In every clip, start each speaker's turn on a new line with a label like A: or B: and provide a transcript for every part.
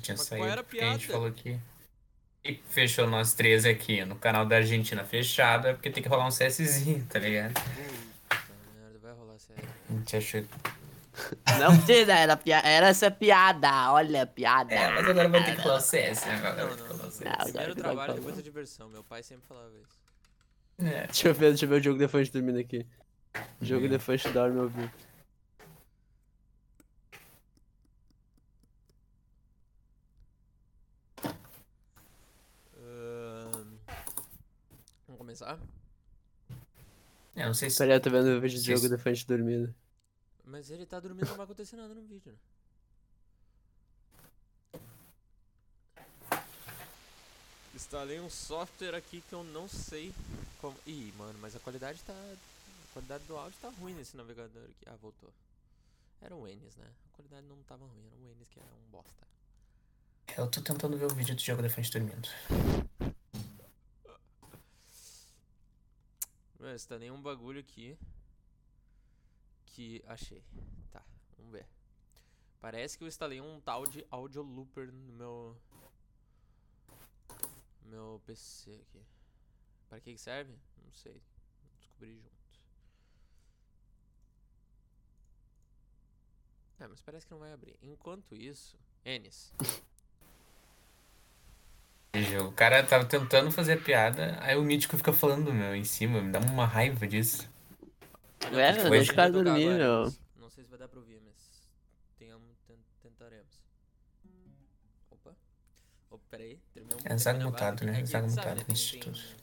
A: tinha
B: Mas qual
A: saído.
B: era a
A: porque a gente
B: piada?
A: falou que. E fechou nós três aqui no canal da Argentina fechado, é porque tem que rolar um CSzinho, tá ligado?
B: Puta merda, vai rolar sério.
A: A gente achou.
C: Não precisa, era, pia- era essa piada, olha a piada.
A: É, mas agora vai ter que rolar o CS, né? Agora
B: Não,
A: vai ter que rolar
B: não.
A: o
C: Não,
A: CS.
B: Primeiro
C: não,
B: trabalho,
C: não.
B: depois a diversão. Meu pai sempre falava isso.
A: É.
C: Deixa eu ver, deixa eu ver o jogo depois de dormir aqui. Jogo
A: Hum.
C: depois de dormir, eu vi.
B: Ahn, Vamos começar?
A: É, não sei se.
C: Peraí, eu tô vendo o vídeo de
A: Isso.
C: jogo depois de dormir.
B: Mas ele tá dormindo, não vai acontecer nada no vídeo, né? Instalei um software aqui que eu não sei como. Ih, mano, mas a qualidade tá. A qualidade do áudio tá ruim nesse navegador aqui. Ah, voltou. Era o Enes, né? A qualidade não tava ruim, era o Enes que era um bosta.
A: Eu tô tentando ver o vídeo do jogo da frente dormindo.
B: Mano, tá nem um bagulho aqui que achei. Tá, vamos ver. Parece que eu instalei um tal de Audio Looper no meu no meu PC aqui. Para que que serve? Não sei. Vamos descobrir junto. Ah, mas parece que não vai abrir. Enquanto isso, Enes.
A: Veja, O cara tava tentando fazer a piada, aí o mítico fica falando, meu, em cima, me dá uma raiva disso.
B: Não,
C: É,
B: porque eu
A: deixa
B: tô
A: o
C: cara
B: tentando tocar
C: dormir,
B: agora,
C: meu.
B: mas é. Não sei se vai dar pra ouvir, mas tenhamos, ten- tentaremos. Opa. Opa, peraí. Tremeu um
A: É
B: pouquinho
A: zago
B: a barra
A: mutado,
B: aqui.
A: né?
B: É que,
A: Zago
B: sabe,
A: mutado
B: né,
A: com
B: tem- tem-
A: instituto.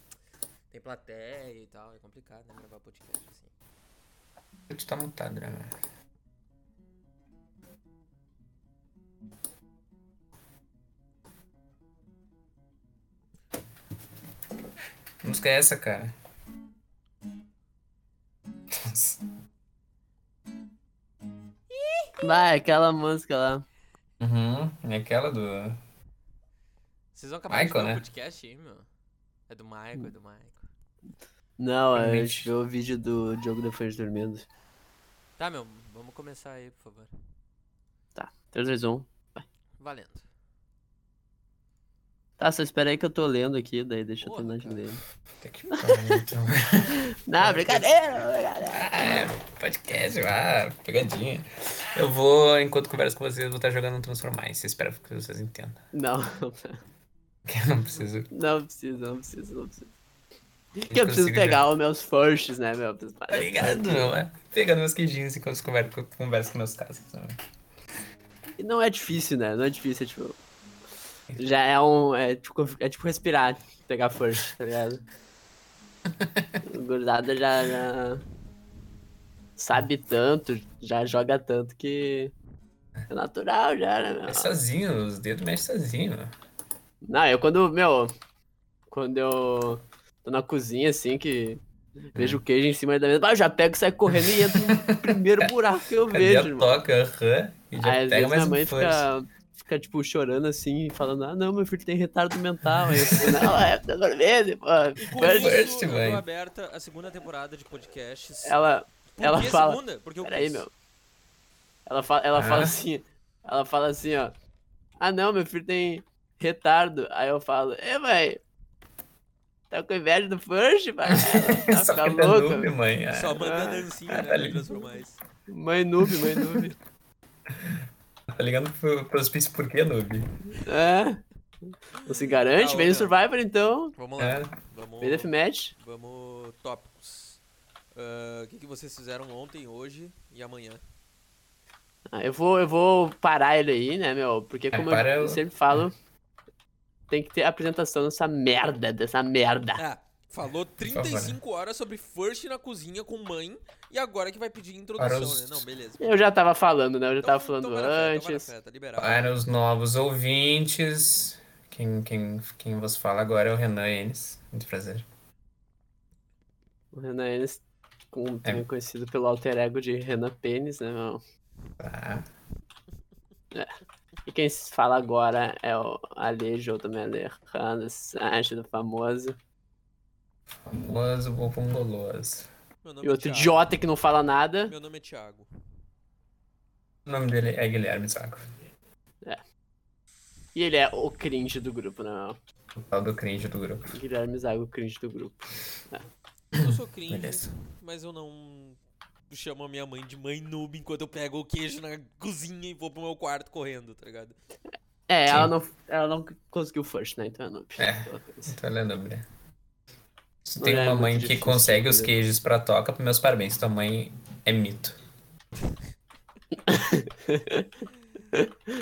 B: Tem plateia e tal, é complicado, né? Gravar podcast assim.
A: Tu tá montado, né, meu? Que música é essa, cara? Nossa.
C: Vai, aquela música lá.
A: Uhum, é aquela do.
B: Vocês vão acabar
A: Michael,
B: de ver
A: né?
B: o podcast aí, meu? É do Michael, é do Michael.
C: Não, é, a
A: Realmente.
C: gente vê o vídeo do jogo depois de dormir.
B: Tá, meu, vamos começar aí, por favor.
C: Tá, 3, 2, 1.
B: Valendo.
C: Tá, só espera aí que eu tô lendo aqui, daí deixa eu
B: Porra,
C: terminar de
B: cara.
C: ler.
A: Puta que pariu, então.
C: Não, brincadeira, brincadeira.
A: Ah, é, podcast, ah, pegadinha. Eu vou, enquanto converso com vocês, eu vou estar jogando um Transformice. Espero que vocês entendam.
C: Não,
A: Que eu não preciso.
C: não precisa, não precisa, não precisa. Que eu
A: consigo
C: preciso
A: jogar.
C: pegar os meus firsts, né, meu? Preciso
A: Tá
C: parar.
A: ligado? Né? Pegando meus queijinhos enquanto eu converso, eu converso com meus casos. né?
C: E não é difícil, né? Não é difícil, é tipo. Já é um. É tipo, é tipo respirar, pegar first, tá ligado? O Gurizada já, já. Sabe tanto, já joga tanto que. É natural já, né, meu?
A: É sozinho, os dedos mexem sozinho. né?
C: Não, eu quando, meu, quando eu tô na cozinha, assim, que
A: É.
C: vejo o queijo em cima da mesa, ah, eu já pego, saio correndo e entro no primeiro buraco que eu
A: Cadê
C: vejo,
A: a
C: irmão.
A: toca? Aham. E É já
C: Aí, às
A: pega mais
C: vezes minha
A: um
C: mãe
A: forte.
C: fica, fica, tipo, chorando assim, e falando, ah, não, meu filho tem retardo mental. Aí eu fico, não, é, tá dormindo, pô.
B: Com
C: Mas
A: First,
B: isso, eu
A: mãe.
B: tô aberta a segunda temporada de podcasts.
C: Ela,
B: Por
C: ela
B: que
C: fala-
B: segunda? Porque eu
C: peraí,
B: quis.
C: meu. Ela fala, ela
A: Ah.
C: fala assim, ela fala assim, ó, ah, não, meu filho tem retardo. Aí eu falo, é, mãe, tá com inveja do first, pai? Ela
A: Só
C: fica
A: que é
C: louca,
A: noob, mãe. Ah,
B: Só manda dancinha, né? Pra
A: Caralho.
B: transformar isso.
C: Mãe noob, mãe noob.
A: Tá ligando pro- pros pis por quê, noob?
C: é. Não se garante,
B: Ah, ô,
C: vem no
B: meu.
C: Survivor então.
B: Vamos lá.
A: É.
B: Vamos.
C: Vem Deathmatch.
B: Vamos tópicos. Ah, O que, que vocês fizeram ontem, hoje e amanhã?
C: Ah, eu, vou, eu vou parar ele aí, né, meu? Porque como
A: É, para É.
C: eu
A: o-
C: sempre falo, tem que ter apresentação dessa merda, dessa merda.
B: Ah, falou 35 horas sobre first na cozinha com mãe e agora que vai pedir introdução,
A: Para os-
B: né? Não, beleza.
C: Eu já tava falando, né? Eu já
B: Então-
C: tava falando
B: então vai na fé, então vai na
C: antes.
B: fé, tá liberado.
A: Para os novos ouvintes, quem, quem, quem vos fala agora é o Renan Enes. Muito prazer.
C: O Renan Enes, com,
A: É.
C: também conhecido pelo alter ego de Renan Pênis, né, meu?
A: Tá.
C: E quem se fala agora é o Alejo, ou também Alejandro Sanches, do famoso.
A: Famoso bom goloso.
B: Meu nome
C: E outro
B: é Thiago.
C: idiota que não fala nada.
B: Meu nome é Thiago.
A: O nome dele é Guilherme Saco.
C: E E ele é o cringe do grupo, né?
A: O tal do cringe do grupo.
C: meu? Guilherme Zago, o cringe do grupo.
B: Eu sou cringe,
A: Beleza.
B: mas eu não chamo a minha mãe de mãe noob enquanto eu pego o queijo na cozinha e vou pro meu quarto correndo, tá ligado?
C: É,
A: Sim.
C: ela não, ela não conseguiu first, né? Então é noob.
A: É.
C: Boa coisa.
A: Tô olhando, Bria. Se
C: Não
A: tem
C: é
A: uma
C: muito
A: mãe que
C: difícil, né?
A: consegue os
C: entendeu?
A: queijos pra toca, meus parabéns. Tua mãe é mito.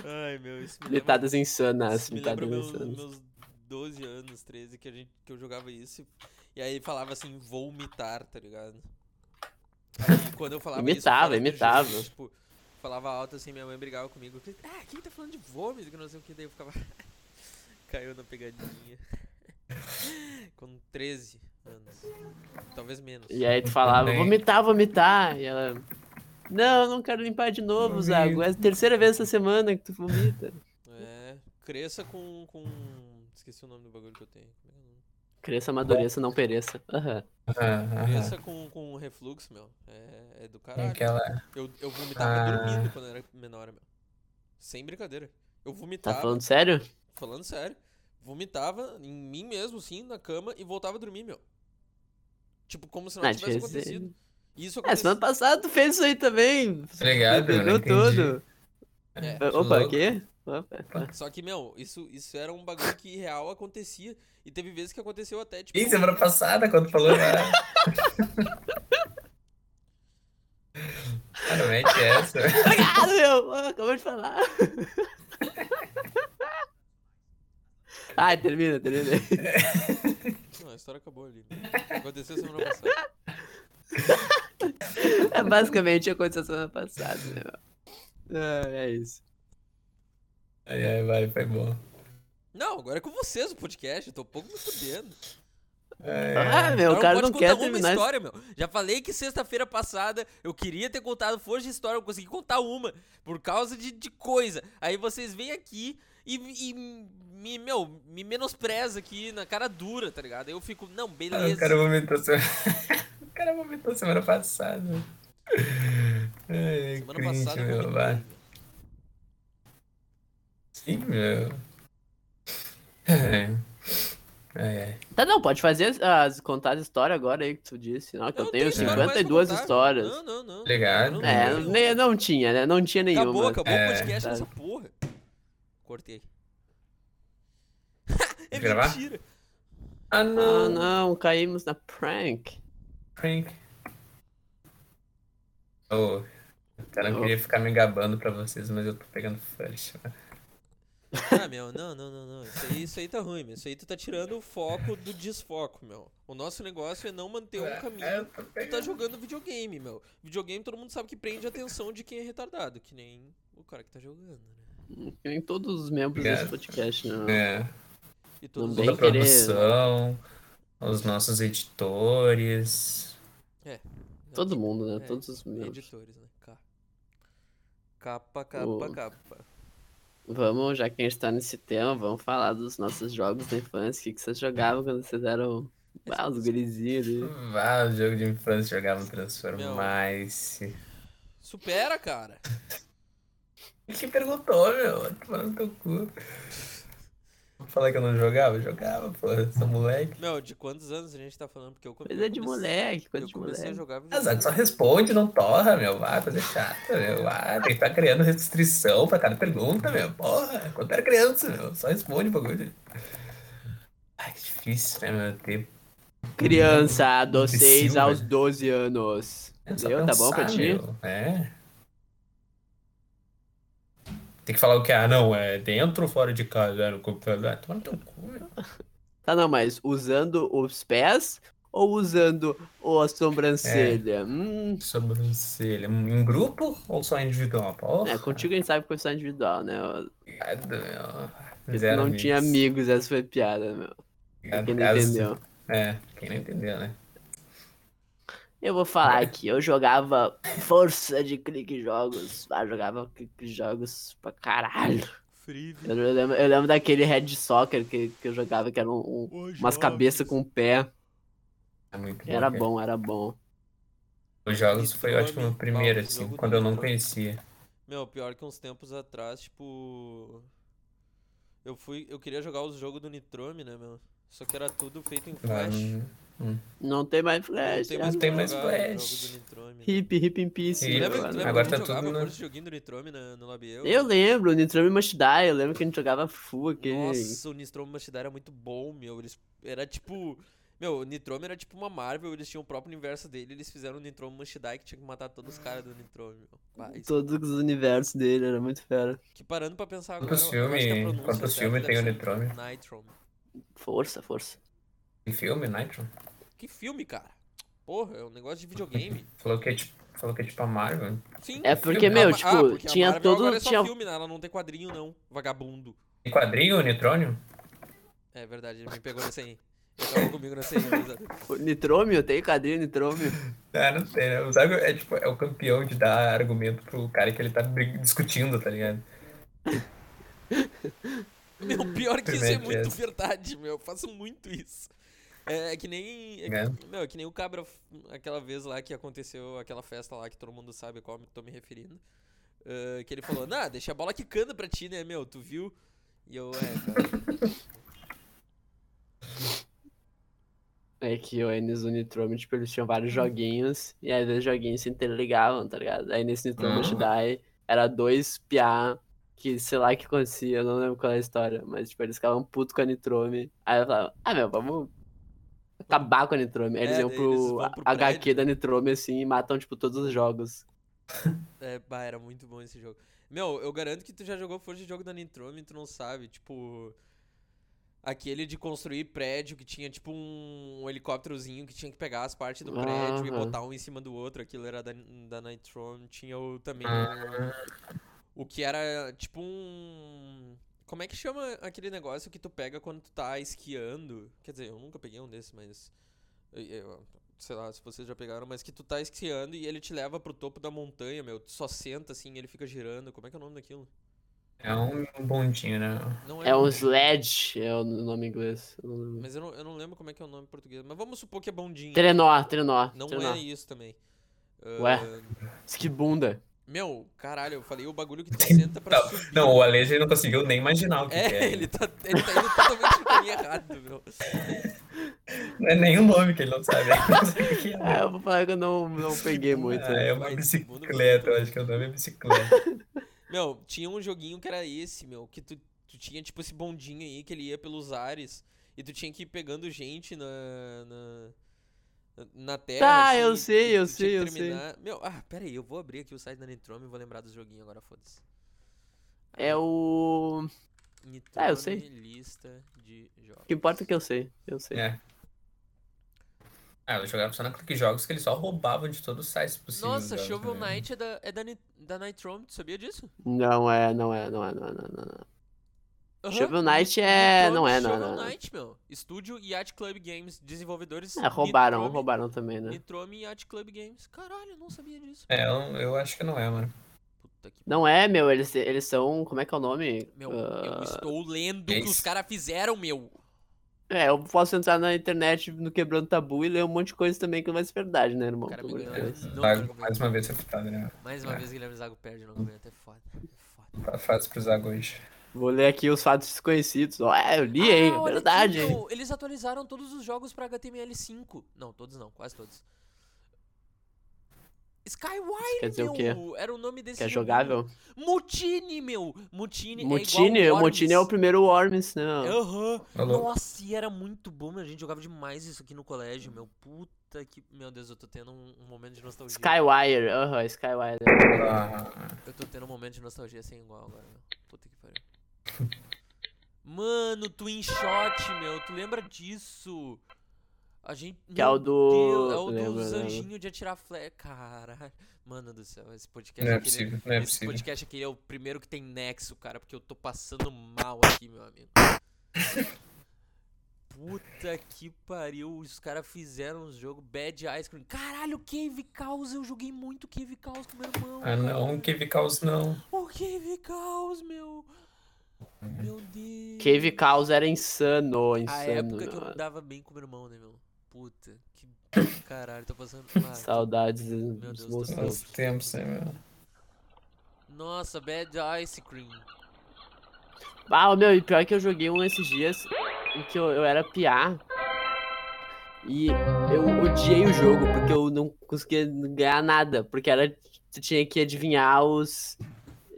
B: Ai, meu, isso me lembra,
C: Mitadas insanas,
B: isso me lembra
C: mitadas
B: meus,
C: insanas.
B: meus 12 anos, 13, que, a gente, que eu jogava isso. E aí falava assim, vou imitar, tá ligado? Aí quando eu falava
C: Imitava,
B: isso, fora do jogo,
C: imitava.
B: tipo, falava alto assim, minha mãe brigava comigo. Ah, quem tá falando de vômito, que não sei o que, daí eu ficava... Caiu na pegadinha. Com 13 anos. Talvez menos.
C: E aí tu "Ah, falava,
A: Também.
C: vomitar, vomitar. E ela, não, não quero limpar de novo,
A: Vomito.
C: Zago. É a terceira vez essa semana que tu vomita.
B: É, cresça com, com. Esqueci o nome do bagulho que eu tenho. Como é que é o nome?
C: Cresça, amadureça, não pereça. Aham.
A: Aham.
B: Cresça com, com refluxo, meu. É, é do
A: É
B: caralho.
A: Aquela.
B: Eu, eu vomitava
A: Ah.
B: dormindo quando era menor, meu. Sem brincadeira. Eu
C: Tá
B: vomitava,
C: falando sério?
B: falando sério, vomitava em mim mesmo, sim, na cama e voltava a dormir, meu. Tipo, como se nada
C: Ah,
B: tivesse
C: devia ser-
B: acontecido. E Isso
C: É,
B: aconteceu.
C: semana passada tu fez isso aí também.
A: Obrigado,
C: Me
A: eu não
C: pegou
A: né? entendi.
C: tudo.
B: É,
A: Que
C: Opa,
A: louco.
C: o quê? Opa.
B: só que, meu, isso, isso era um bagulho que real acontecia. E teve vezes que aconteceu até, tipo.
A: Ih, semana passada, quando falou. né? Cara, Cara, mete é essa.
C: Obrigado, meu! Ah, Acabou de falar. Ai, termina, termina.
B: Não, assim, a história acabou ali. meu. Aconteceu semana passada.
C: É basicamente aconteceu semana passada, meu. Ah, é isso.
A: Ai, ai, vai, foi bom.
B: Não, agora é com vocês o podcast, eu tô um pouco me fudendo.
A: Ai,
C: Ah, meu, o
B: Agora
C: cara
B: pode
C: não
B: contar
C: quer
B: uma
C: terminar. esse-
B: história, meu. Já falei que sexta-feira passada eu queria ter contado força de história, eu consegui contar uma. Por causa de, de coisa. Aí vocês vêm aqui e, e me, meu, me menospreza aqui na cara dura, tá ligado? Aí eu fico, não,
C: Ah,
A: ai. O
B: beleza.
A: cara vomitou semana. O cara vomitou semana passada. Ai,
B: Semana
A: cringe,
B: passada eu
A: meu,
B: vomitei,
A: vai.
B: meu.
A: Sim, meu. É, Ai, ai.
C: Tá, não, pode fazer as, as- contar as histórias agora aí que tu disse. Não, que eu, tenho
B: história mais pra
C: 52
B: contar.
C: histórias.
B: Não, não, não.
A: Obrigado.
B: Eu não
C: É,
B: tenho.
C: nem- não tinha, né? Não tinha nenhuma.
B: Acabou, acabou
A: É.
B: o podcast
C: Tá.
B: nessa porra. Cortei. é
A: Gravar?
B: mentira.
A: Ah,
C: Ah,
A: não.
C: não, caímos na prank.
A: Frank. Oh, eu não
C: Oh.
A: queria ficar me gabando pra vocês, mas eu tô pegando né? first. mano.
B: Ah, meu, não, não, não, não. Isso aí, isso aí tá ruim, meu. Isso aí tu tá tirando o foco do desfoco, meu. O nosso negócio é não manter um
A: É, eu tô
B: caminho. Tu tá
A: pegando.
B: jogando videogame, meu. Videogame todo mundo sabe que prende a atenção de quem é retardado, que nem o cara que tá jogando, né?
C: Que nem todos os membros
A: Obrigado.
C: desse podcast, né?
A: É,
B: E todos
C: Também.
A: toda a
B: os...
C: querer-
A: produção, os nossos editores.
C: Todo mundo, né?
B: É,
C: Todos os membros.
B: editores, né? K. Capa,
C: O-
B: capa, capa.
C: Vamos, já que a gente tá nesse tema, vamos falar dos nossos jogos da infância. O que, que vocês jogavam quando vocês eram. Ah, os gurizinhos ali.
A: Vá, o jogo de infância jogava no Transformice.
B: Supera, cara.
A: Ele que perguntou, meu? Tomando teu cu. Vou falar que eu não jogava? Eu Jogava, pô, sou moleque.
B: Meu, de quantos anos a gente tá falando? Porque eu come-
C: Coisa
B: eu
C: de
B: comecei-
C: moleque, coisa
B: Eu
C: de
B: comecei a
C: moleque.
B: jogar
A: Ah, Zago,
B: videogame.
A: só responde, não torra, meu. Ah, coisa chata, meu. Ah, tem que estar criando restrição pra cada pergunta, meu. Porra, quando era criança, meu. Só responde o bagulho. Ai, que difícil, né, meu? Ter...
C: Criança, dos
A: Imbecil,
C: 6
A: velho.
C: aos 12 anos.
A: é só
C: Deu? Tá bom pra
A: pensar,
C: ti?
A: meu. É. Tem que falar o que? Ah, não, é dentro ou fora de casa? É no computador? Ah, toma no teu cu, meu.
C: Tá, não, mas usando os pés ou usando a sobrancelha? Hum.
A: Sobrancelha. é um, Em grupo ou só individual? Porra.
C: É, contigo a gente sabe que foi só individual, né?
A: Obrigado, meu.
C: Porque tu
A: Zero
C: não tinha amigos, essa foi piada, meu.
A: Obrigado,
C: Quem não
A: caso-
C: entendeu.
A: É, quem não entendeu, né?
C: Eu vou falar aqui, eu jogava força de clique jogos. Ah, eu jogava clique jogos pra caralho.
B: Free
C: Eu, eu lembro, eu lembro daquele Red Soccer que, que eu jogava, que era um, um-
B: Hoje
C: umas cabeças com o pé.
A: É muito bom,
C: Era
A: cara.
C: bom, era bom.
A: Os jogos foi, eu acho que o meu
B: Nome,
A: primeiro,
B: palco,
A: assim,
B: um jogo
A: quando
B: do
A: eu não
B: jogo.
A: conhecia.
B: Meu, pior que uns tempos atrás, tipo. Eu fui. Eu queria jogar os jogos do Nitrome, né, meu? Só que era tudo feito em
A: Vai,
B: Flash.
C: Não tem mais
A: mais-
C: flash. né?
A: É, tem mais
B: jogar
A: Flash.
B: jogo do Nitrome.
C: Hip, hip in peace.
A: Hip.
C: né,
B: Lembra,
A: Agora-
C: mano?
B: lembra
A: agora
B: que a
A: tá
B: gente
A: tudo
B: jogava
A: na-
B: força joguinho do Nitrome na, no Labiel?
C: Eu lembro, Nitrome Must Die, eu lembro que a gente jogava full aquele.
B: Nossa, o Nitrome Machida era muito bom, meu. Eles era tipo. Meu, o Nitrome era tipo uma Marvel, eles tinham o próprio universo dele, eles fizeram o Nitrome Machidai que tinha que matar todos os caras do Nitrome, meu. Pá, isso-
C: Todos os universos dele, era muito fera.
B: Que parando pra pensar agora.
A: Quantos
B: eu acho que a
A: filmes-
B: pronúncia
A: quantos
B: certa
A: filmes
B: deve
A: tem o
B: ser
A: Nitrome?
B: Nitrome.
C: Força, força.
A: Tem filme, Nitro?
B: Que filme, cara? Porra, é um negócio de videogame.
A: Falou que é tipo, falou que é tipo a Marvel.
B: Sim.
C: É porque,
A: Filme,
C: meu,
B: Ah,
C: tipo,
B: porque a
C: tinha
B: Marvel
C: todo.
B: Agora é só
C: Tinha...
B: filme, né? Ela não tem quadrinho, não. Vagabundo.
A: Tem quadrinho, Nitrônio?
B: É verdade, ele me pegou nessa aí. Ele tava comigo nessa aí. mas-
C: Nitrômio, tem cadê Nitrômio?
A: Ah, não sei, né? O Zago é tipo, é o campeão de dar argumento pro cara que ele tá brig- discutindo, tá ligado?
B: Meu, pior que isso é
A: Realmente,
B: muito
A: é.
B: verdade, meu. Eu faço muito isso. É, que nem. É, que- Meu, é que nem o Cabra, aquela vez lá que aconteceu aquela festa lá que todo mundo sabe qual eu tô me referindo. eh, que ele falou, nah, deixa a bola quicando pra ti, né, meu? Tu viu? E eu, é, cara,
C: É que o Enes e o Nitrome, tipo, eles tinham vários joguinhos, e aí os joguinhos se interligavam, tá ligado? Aí nesse Nitrome
B: Uhum.
A: Hum.
C: Must Die, era dois piá que, sei lá o que acontecia, eu não lembro qual é a história, mas, tipo, eles ficavam putos com a Nitrome. Aí eu falava, ah, meu, vamos acabar com a Nitrome. Aí Eles
B: É,
C: iam
B: daí
C: pro,
B: eles vão pro
C: HQ
B: prédio.
C: da Nitrome, assim, e matam, tipo, todos os jogos.
B: É, bah, era muito bom esse jogo. Meu, eu garanto que tu já jogou força de jogo da Nintrome e tu não sabe, tipo. Aquele de construir prédio que tinha tipo um, helicópterozinho que tinha que pegar as partes do prédio e
C: Aham.
B: botar um em cima do outro, aquilo era da, da Nitrome. Tinha o, também
A: Ah.
B: o, o que era tipo um. Como é que chama aquele negócio que tu pega quando tu tá esquiando? Quer dizer, eu nunca peguei um desses, mas. eu- eu- sei lá se vocês já pegaram, mas que tu tá esquiando e ele te leva pro topo da montanha, meu. Tu só senta assim, ele fica girando. Como é que é o nome daquilo?
A: É um bondinho, né?
B: Não
C: É um
B: bondinho,
C: sledge, é o nome em inglês. eu não lembro.
B: Mas eu não, eu não lembro como é que é o nome em português. Mas vamos supor que é bondinho.
C: Trenó, trenó,
B: Não
C: trenó.
B: é isso também.
C: Ué?
B: Ah,
C: Esquibunda.
B: Meu, caralho, eu falei o bagulho que tu senta pra
A: Não,
B: subir.
A: Não, o Alejo não conseguiu nem imaginar o que que é.
B: É, ele tá, ele tá indo totalmente no caminho errado, meu.
A: Não é nenhum nome que ele não sabe. Ele não sabe o que é.
C: Ah, eu vou falar que eu não, não peguei muito.
A: Ah, é uma
B: Vai,
A: bicicleta, eu acho que o nome é bicicleta.
B: Meu, tinha um joguinho que era esse, meu, que tu, tu tinha tipo esse bondinho aí que ele ia pelos ares e tu tinha que ir pegando gente na. na, na terra.
C: Tá,
B: assim,
C: eu
B: e-
C: sei,
B: e
C: eu
B: tu tinha
C: sei,
B: que
C: eu sei.
B: terminar- Meu, ah, pera aí, eu vou abrir aqui o site da Nitrome e vou lembrar dos joguinhos agora, foda-se.
C: É o. O
B: Nitrome
C: Ah, eu sei.
B: lista de jogos.
C: que importa é que eu sei. Eu sei.
A: É. Ah, eu jogava só na Clique Jogos que ele só roubava de todos os sites possíveis.
B: Nossa,
A: jogos,
B: Shovel
A: né?
B: Knight é da, é da, Ni- da Nitrome, tu sabia disso?
C: Não é, não é, não é, não é, não é. Não é.
B: Aham.
C: Shovel Knight é.
B: Nitrome,
C: Não é, não é,
B: Shovel
C: não é, não é.
B: Knight, meu. Estúdio Yacht Club Games, desenvolvedores.
C: É, roubaram,
B: Nitrome.
C: roubaram também, né?
B: Nitrome e Yacht Club Games. Caralho, eu não sabia disso.
A: É, eu, eu acho que não é, mano.
B: Puta que
C: Não é, meu, eles, eles são. Como é que é o nome?
B: Meu, eu
C: Ah,
B: estou lendo o
A: é
B: que os
A: isso.
B: caras fizeram, meu.
C: É, eu posso entrar na internet no Quebrando Tabu e ler um monte de coisa também que não vai ser verdade, né, irmão?
B: Cara,
C: Pelo amor de
B: me ganhou.
C: Deus.
B: É, Não,
A: Zago,
B: não, não.
A: mais uma vez reputado, né?
B: Mais uma
A: É.
B: vez, Guilherme Zago perde no argumento. É foda. É foda.
A: Tá fácil pro Zago hoje.
C: Vou ler aqui os fatos desconhecidos. Ó, é, eu li, hein?
B: Ah,
C: É
B: olha
C: verdade,
B: aqui,
C: hein?
B: meu, Eles atualizaram todos os jogos pra HTML5. Não, todos não, quase todos. Skywire,
C: Quer dizer
B: meu,
C: o quê?
B: era o nome desse
C: Que é
B: joguinho.
C: jogável.
B: Mutine, meu. Mutine, é
C: Mutine,
B: igual
C: o Mutine é o primeiro Worms, né? meu?
B: Aham.
A: Alô?
B: Nossa, e era muito bom, meu. A gente jogava demais isso aqui no colégio, meu. Puta que. Meu Deus, eu tô tendo um, um momento de nostalgia.
C: Skywire, aham, Skywire.
B: é.
A: Ah,
B: Eu tô tendo um momento de nostalgia sem igual agora, meu. Puta que pariu. Mano, Twin Shot, meu. Tu lembra disso? A gente.
C: Que é o
B: meu
C: do-
B: Deus, é o
C: lembro,
B: dos
C: lembro.
B: anjinhos de atirar flecha. Caralho. Mano do céu, esse podcast
A: não é
B: aqui, ele-
A: possível, não é
B: Esse
A: possível.
B: podcast aqui é o primeiro que tem nexo, cara, porque eu tô passando mal aqui, meu amigo. Puta que pariu, os caras fizeram um jogo Bad Ice Cream. Caralho, Cave Caos, eu joguei muito Cave Caos com meu irmão.
A: Ah, não,
B: cara.
A: Cave Caos não.
B: O Cave Caos, meu. Meu Deus.
C: Cave Caos era insano,
B: A
C: insano.
B: época que eu
C: mano.
B: me dava bem com meu irmão, né, meu? Puta, que caralho, tô passando. Ah, que
C: Saudades
B: Deus,
C: dos
B: tô
C: monstros.
A: Faz tempo, né, meu?
B: Nossa, Bad Ice Cream.
C: Ah, meu, e pior que eu joguei um esses dias em que eu, eu era piá. E eu odiei o jogo, porque eu não conseguia ganhar nada. Porque era. Você tinha que adivinhar os.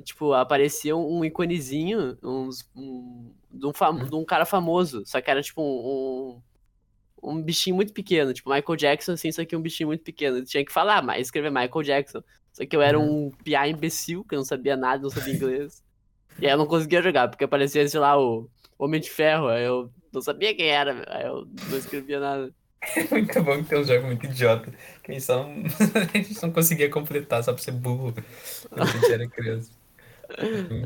C: Tipo, aparecia um íconezinho uns, um, de, um fam- de um cara famoso. Só que era tipo um. um... um bichinho muito pequeno, tipo Michael Jackson, assim, só que um bichinho muito pequeno. Eu tinha que falar, "Ah, mas escrever Michael Jackson. Só que eu era um piá imbecil, que eu não sabia nada, não sabia inglês. E aí eu não conseguia jogar, porque aparecia, sei lá, o Homem de Ferro. Aí eu não sabia quem era, meu. aí um, eu não escrevia nada.
A: Muito bom que tem um jogo muito idiota. Que a gente só não, a gente não conseguia completar só por ser burro quando a gente era criança.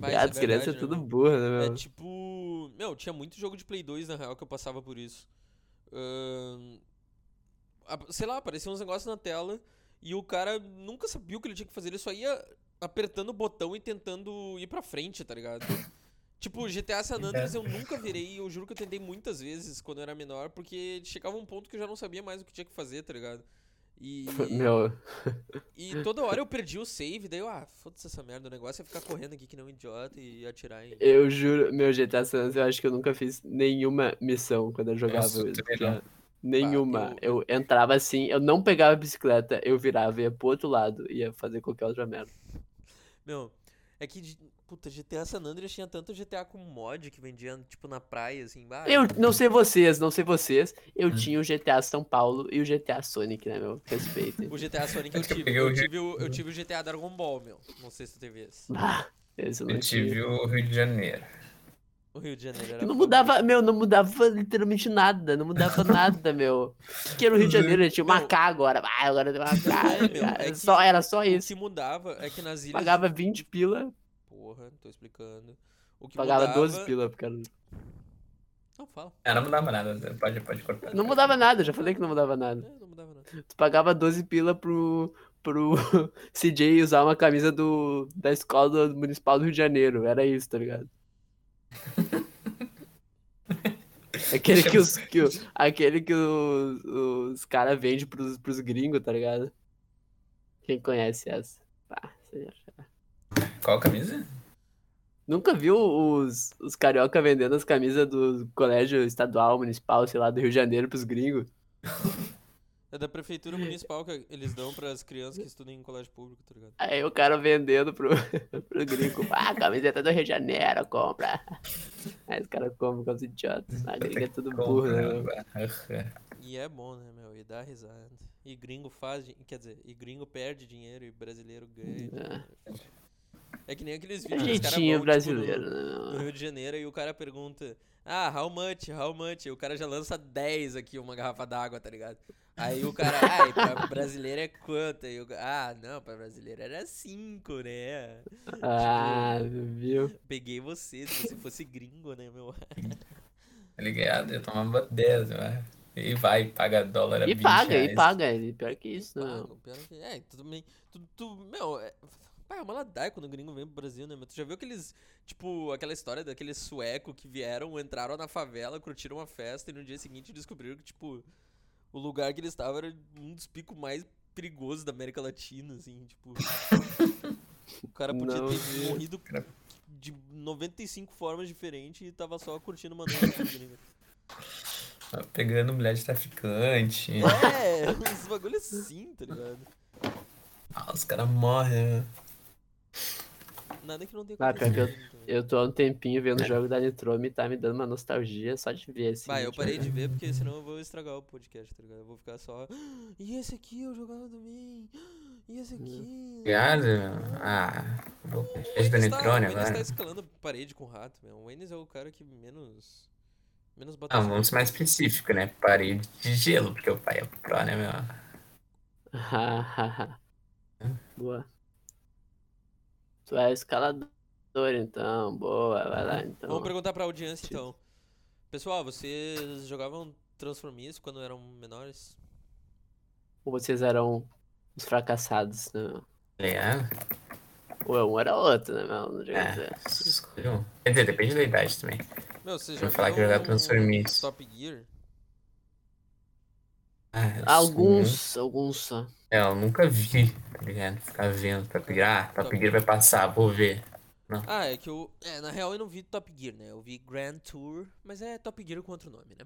B: Mas
C: ah,
B: é
C: as crianças é
B: verdade, né,
C: tudo
B: mano?
C: burra, né, meu?
B: É tipo. Meu, tinha muito jogo de Play 2 na real que eu passava por isso. Ahn, a- Sei lá, aparecia uns negócios na tela e o cara nunca sabia o que ele tinha que fazer, ele só ia apertando o botão e tentando ir pra frente, tá ligado? Tipo, GTA San Andreas eu nunca virei, eu juro que eu tentei muitas vezes quando eu era menor, porque chegava um ponto que eu já não sabia mais o que tinha que fazer, tá ligado? E,
C: Meu,
B: e toda hora eu perdi o save, daí eu, ah, foda-se essa merda, o negócio é ficar correndo aqui que nem um idiota e atirar em.
C: eu juro, meu GTA San Andreas, eu acho que eu nunca fiz nenhuma missão quando eu jogava.
A: Nossa,
C: isso,
A: também
C: cara.
A: não.
C: Nenhuma.
B: Bah,
C: Eu entrava assim, eu não pegava a bicicleta, eu virava, ia pro outro lado, ia fazer qualquer outra merda.
B: Meu, é que, de- puta, GTA San Andreas tinha tanto GTA com mod que vendia, tipo, na praia, assim, bah,
C: Eu não sei vocês, não sei vocês, eu tinha o GTA São Paulo e o GTA Sonic, né, meu? Respeito.
B: O GTA Sonic eu
A: Acho que eu
B: tive.
A: peguei
B: Eu
A: o
B: tive o, eu tive o GTA Dragon Ball, meu. Não sei se tu teve esse.
C: Ah, esse eu não
A: Eu
C: tinha.
A: tive o Rio de Janeiro.
B: O Rio de Janeiro era.
C: Que não
B: foda.
C: mudava, meu, não mudava literalmente nada, não mudava nada, meu. O que, que era o Rio de Janeiro? Tinha uma
B: Não.
C: K agora, ah, agora tem uma K.
B: É, meu, é
C: cara,
B: que-
C: só, era só
B: O
C: isso.
B: que mudava é que nas ilhas.
C: Pagava 20 pila,
B: Porra, tô explicando. O que
C: pagava
B: mudava...
C: 12 pila pro cara.
B: Não, fala.
A: Ah, não mudava nada, pode, pode cortar.
C: Não mudava nada, já falei que não mudava
B: É,
C: nada.
B: não mudava nada.
C: Tu pagava 12 pila pro, pro CJ usar uma camisa do, da escola do- municipal do Rio de Janeiro. Era isso, tá ligado? Aquele que os, que, o- aquele que os, os caras vendem pros, pros gringos, tá ligado? Quem conhece essa? Pá, sei lá.
A: Qual camisa?
C: Nunca viu os, os carioca vendendo as camisas do colégio estadual, municipal, sei lá, do Rio de Janeiro pros gringos?
B: É da prefeitura municipal que eles dão pras crianças que estudam em colégio público, tá ligado?
C: Aí o cara vendendo pro, pro gringo. Ah, camiseta do Rio de Janeiro, compra. Aí os caras compram com os idiotas. A gringa é tudo burro, né? meu?
B: E é bom, né, meu? E dá risada. E gringo faz. din- Quer dizer, e gringo perde dinheiro e brasileiro ganha. dinheiro. É que nem aqueles
C: É
B: vídeos. que os caras
C: jeitinho
B: vão,
C: brasileiro,
B: Tipo, no- no,
C: né?
B: Rio de Janeiro e o cara pergunta: Ah, how much? How much? E o cara já lança 10 aqui, uma garrafa d'água, tá ligado? Aí o cara, ai, pra brasileiro é quanto? Aí o ca- ah, não, pra brasileiro era 5, né?
C: meu? Ah, viu?
B: Peguei você, se você fosse gringo, né, meu?
A: Tá ligado? Eu tomava 10, né? E vai, paga dólar
B: é
A: a
C: E
A: 20
C: paga, e
A: reais.
C: paga. E pior que isso, né, não.
B: Pago, pior que- É, tudo bem. Tu, tu- meu, é, pá, é uma ladaia quando o gringo vem pro Brasil, né? Mas tu já viu aqueles, tipo, aquela história daqueles sueco que vieram, entraram na favela, curtiram uma festa e no dia seguinte descobriram que, tipo, o lugar que eles estavam era um dos picos mais perigosos da América Latina, assim, tipo... o cara podia
C: Não
B: ter
C: vi.
B: morrido
A: Cara-
B: de 95 formas diferentes e tava só curtindo uma assim, né? noite com o gringo.
A: Tá Pegando mulher de traficante.
B: É, uns bagulhos assim, tá ligado?
A: Ah, os caras morrem, né?
B: Nada que não tenha
C: Ah, pior que eu-
B: acontecido, então.
C: Eu tô há um tempinho vendo
B: É.
C: o jogo da Nitrome e tá me dando uma nostalgia só de ver esse.
B: Bah,
A: tipo,
B: eu parei de ver porque senão eu vou estragar o podcast, tá ligado? Eu vou ficar só. "Ah, E esse aqui eu jogava também. "Ah, E esse
A: Hum.
B: aqui.
A: Ligado? Ah, vou
B: O
A: é da
B: Enes tá-
A: Netrone
B: o Enes tá
A: agora.
B: escalando parede com rato, meu. O Enes é o cara que menos. Menos bota.
A: Ah,
B: fé.
A: vamos ser mais específico, né? Parede de gelo, porque o pai é pro, né, meu?
C: boa. Tu é escalador, então. Boa, vai lá, então.
B: Vamos perguntar pra audiência
C: Tito.
B: então. Pessoal, vocês jogavam Transformers quando eram menores?
C: Ou vocês eram os fracassados, né? meu?
A: Ligado?
C: Ou é um era outro, né? meu? Não
A: É,
C: é.
A: escolhe um. Quer dizer, depende da idade também.
B: Meu, vocês
A: Vou
B: jogavam.
A: falar que eu jogava Transformers.
B: Top Gear?
A: Ah, eu sou-
C: Alguns, alguns só.
A: É, eu nunca vi, tá ligado? Ficar vendo, tá ligado? Ah, tá
B: Tá
A: pedindo vai passar, vou ver. Não.
B: Ah, é que eu. É, na real eu não vi Top Gear, né? Eu vi Grand Tour, mas é Top Gear com outro nome, né?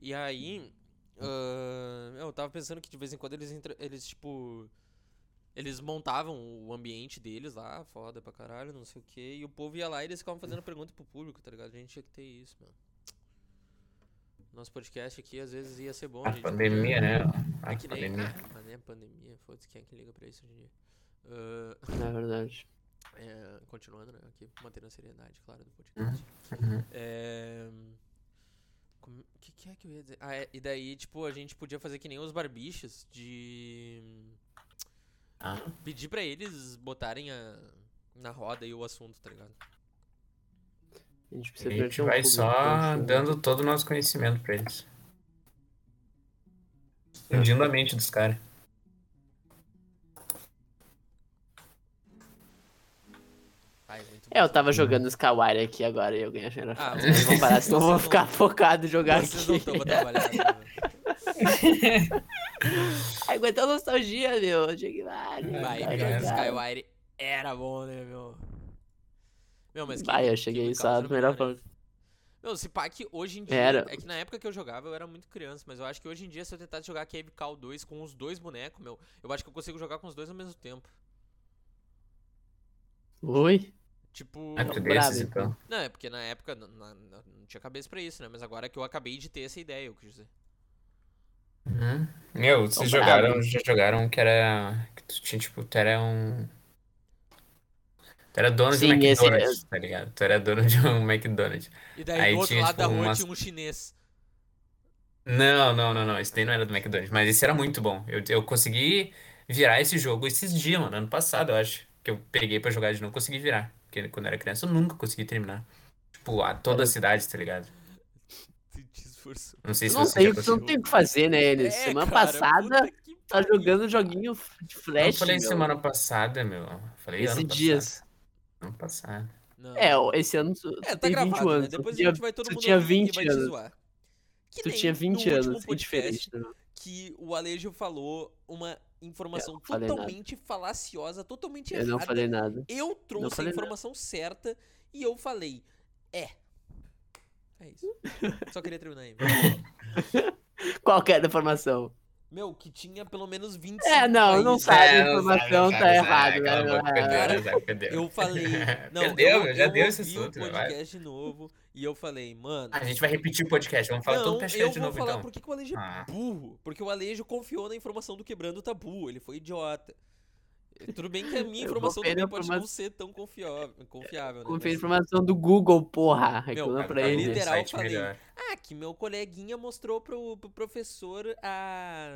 B: E aí. ahn, eu tava pensando que de vez em quando eles, entra- eles tipo. Eles montavam o ambiente deles lá, foda pra caralho, não sei o que. E o povo ia lá e eles ficavam fazendo pergunta pro público, tá ligado? A gente tinha que ter isso, mano. Nosso podcast aqui às vezes ia ser bom.
A: A
B: gente podia-
A: pandemia, né? A
B: É que nem.
A: pandemia.
B: Mas nem a pandemia, foda-se, quem é que liga pra isso hoje em dia? Ahn,
C: Na verdade.
B: é, continuando, né? Aqui, mantendo a seriedade, claro, do podcast.
A: uhum.
B: É, como- O que, que é que eu ia dizer? Ah, é, e daí, tipo, a gente podia fazer que nem os barbichos de.
A: Ah.
B: Pedir pra eles botarem a... na roda aí o assunto, tá ligado?
C: A gente
A: A
C: precisa
A: gente
C: perder um
A: vai
C: público,
A: só
C: acho, né?
A: dando todo o nosso conhecimento pra eles. Expandindo a mente dos caras.
B: Ai, muito
C: É, eu tava jogando Skywire aqui agora e eu ganhei a geração.
B: Ah,
C: Ah,
B: mas
C: vou parar, senão eu vou
B: vocês
C: ficar
B: não-
C: focado em jogar
B: Vocês não
C: aqui.
B: estão pra trabalhar. né?
C: Aguentou nostalgia, meu. Eu cheguei lá. não
B: Vai,
C: dá,
B: pior que
C: não dá.
B: Skywire era bom, né, meu? Meu, mas quem-
C: Vai, eu
B: quem
C: cheguei
B: me causa
C: só
B: era
C: do
B: o
C: melhor
B: melhor, né?
C: forma.
B: Meu, se pá que hoje em dia.
C: Era.
B: É que na época que eu jogava eu era muito criança, mas eu acho que hoje em dia, se eu tentar jogar Cave Call 2 com os dois bonecos, meu, eu acho que eu consigo jogar com os dois ao mesmo tempo.
C: Ui.
B: Tipo.
A: Ah,
C: Não,
A: tu
C: brabo,
A: desses, então.
B: Não, é porque na época n- na- na- não tinha cabeça pra isso, né? Mas agora que eu acabei de ter essa ideia, eu quis dizer.
A: Uhum. Meu, vocês
C: Então, brabo.
A: jogaram, já jogaram que era. Que tu tinha, tipo, tu era um. Tu era dono de um
C: Sim, esse é-
A: McDonald's, tá ligado? Tu era dono de um McDonald's.
B: E daí
A: Aí
B: do outro
A: tinha,
B: lado
A: tipo,
B: da rua
A: umas-
B: tinha um chinês.
A: Não, não, não, não. Esse daí não era do McDonald's, mas esse era muito bom. Eu, eu consegui virar esse jogo esses dias, mano, ano passado, eu acho. Que eu peguei pra jogar de novo, consegui virar. Porque quando eu era criança eu nunca consegui terminar. Tipo, a toda a cidade, tá ligado?
B: Tu te esforçou.
A: Não sei
C: Tu
A: se é
C: não
A: você já
C: tem, tu
A: conseguiu.
C: não tem o que fazer, né, eles?
B: É,
C: Semana
B: cara,
C: passada,
B: puta que
C: tá
B: pariu.
C: jogando joguinho de
A: Eu
C: flash,
A: falei
C: meu.
A: semana passada, meu. Eu Falei
C: Esses
A: ano passado.
C: dias.
A: Ano passado.
B: Não.
C: É, ó, esse ano tu, tu
B: É, tá
C: tem 20
B: gravado, né?
C: anos.
B: Depois
C: tu tinha,
B: a gente vai todo
C: tu
B: mundo
C: tinha
B: ouvir e
C: 20
B: vai te
C: anos.
B: zoar. Que
C: tu
B: nem
C: tinha
B: no
C: 20
B: último
C: anos, é
B: podcast
C: diferente. né?
B: que o Alejo falou uma informação
C: não falei
B: totalmente falaciosa, totalmente
C: Eu não
B: errada.
C: falei nada.
B: Eu trouxe a
C: falei nada.
B: informação certa e eu falei, é. É isso. Só queria terminar aí.
C: Qualquer informação.
B: Meu, que tinha pelo menos 25
C: É, não, não
B: países.
C: sabe,
A: É,
C: a
A: não
C: informação
A: sabe, não
C: tá
A: sabe,
C: errada.
A: sabe, cala a boca,
B: Cara,
A: perdeu, né, perdeu.
B: Eu falei, não,
A: Perdeu,
B: eu,
A: já
B: eu
A: deu
B: ouvi
A: esse assunto,
B: o
A: né, vai.
B: podcast de novo e eu falei, mano...
A: A gente vai repetir o podcast, vamos falar
B: não,
A: todo o
B: eu
A: podcast de
B: vou
A: novo,
B: falar
A: então.
B: porque que o Alejo é
A: Ah,
B: burro. Porque o Alejo confiou na informação do Quebrando o Tabu. Ele foi idiota. Tudo bem que a minha
C: Eu
B: informação
C: confiei na
B: também pode não
C: informa-
B: ser tão confiável, confiável né?
C: Confia a
B: Mas-
C: informação do Google, porra.
B: Meu,
C: Reclama pra
A: tá bom,
C: ele.
B: literal,
A: site
B: falei.
A: melhor.
B: Ah, que meu coleguinha mostrou pro, pro professor a.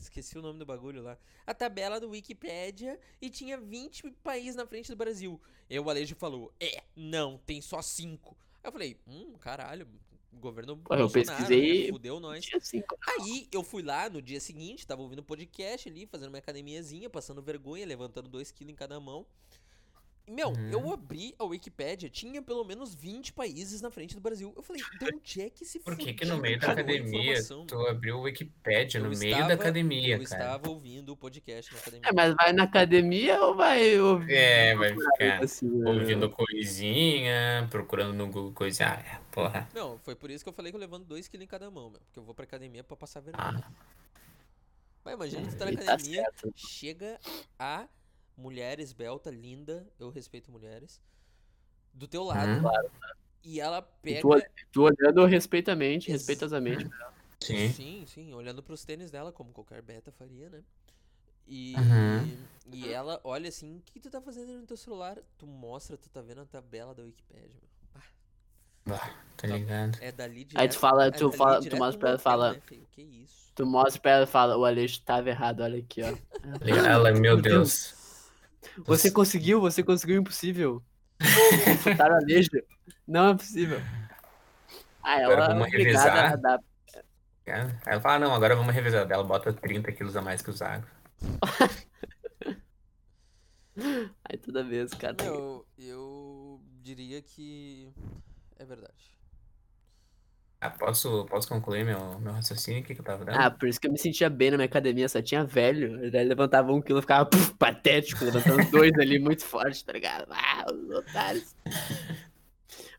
B: Esqueci o nome do bagulho lá. A tabela do Wikipédia e tinha 20 países na frente do Brasil. E o Alejo falou: É, não, tem só 5. Aí eu falei: Hum, caralho, governo.
C: eu
B: Bolsonaro,
C: pesquisei
B: né? Fudeu nós.
C: Tinha cinco.
B: Aí eu fui lá no dia seguinte, tava ouvindo podcast ali, fazendo minha academiazinha, passando vergonha, levantando 2kg em cada mão. E, Meu,
A: Uhum.
B: eu abri a Wikipédia, tinha pelo menos 20 países na frente do Brasil. Eu falei, de onde é que se
A: Por que que
B: fudido
A: no meio da
B: tirou a
A: academia
B: informação?
A: tu abriu o Wikipedia?
B: Eu
A: No meio
B: estava-
A: da academia,
B: Eu
A: cara.
B: estava ouvindo o podcast na academia.
C: É, mas vai na academia ou vai ouvir?
A: É, vai ficar
C: assim, né?
A: ouvindo coisinha, procurando no Google coisinha. Ah, é, porra.
B: Não, foi por isso que eu falei que eu levando 2kg em cada mão, meu. Porque eu vou pra academia pra passar vergonha.
A: Ah,
B: Mas imagina tu tá na
C: E tá
B: academia,
C: certo.
B: chega a mulher esbelta, linda, eu respeito mulheres, do teu lado, e ela
C: Hum?
B: pega.
C: E tu, tu olhando respeitamente, respeitosamente.
A: Sim.
B: Sim, sim, olhando pros tênis dela, como qualquer beta faria, né? E,
A: Uhum.
B: e ela olha assim, o que que tu tá fazendo no teu celular? Tu mostra, tu tá vendo a tabela da Wikipédia, meu.
A: Tá ligado?
B: É dali direto.
C: Aí tu fala,
B: é
C: tu
B: dali
C: fala, tu
B: direto
C: mostra
B: no
C: pra ela
B: meu pé,
C: e fala.
B: né, feio? Que isso?
C: Tu mostra pra ela e fala, o Alex tava errado, olha aqui, ó.
A: Tá ligado? Ela, meu
C: Meu Deus.
A: Deus.
C: Você conseguiu, você conseguiu o impossível. Soltaram a leja. Não é possível. Ah,
A: Agora
C: ela é
A: vamos
C: obrigada
A: revisar.
C: a dar.
A: Aí ela fala, ah, não, agora vamos revisar dela, bota 30 quilos a mais que o Zago.
C: Aí toda vez, cara.
B: Meu, eu diria que é verdade.
A: Ah, posso, posso concluir meu, meu raciocínio aqui que eu tava dando?
C: Ah, por isso que eu me sentia bem na minha academia, só tinha velho. Daí levantava um quilo e ficava puf, patético, levantando dois ali muito forte, tá ligado? Ah, os otários.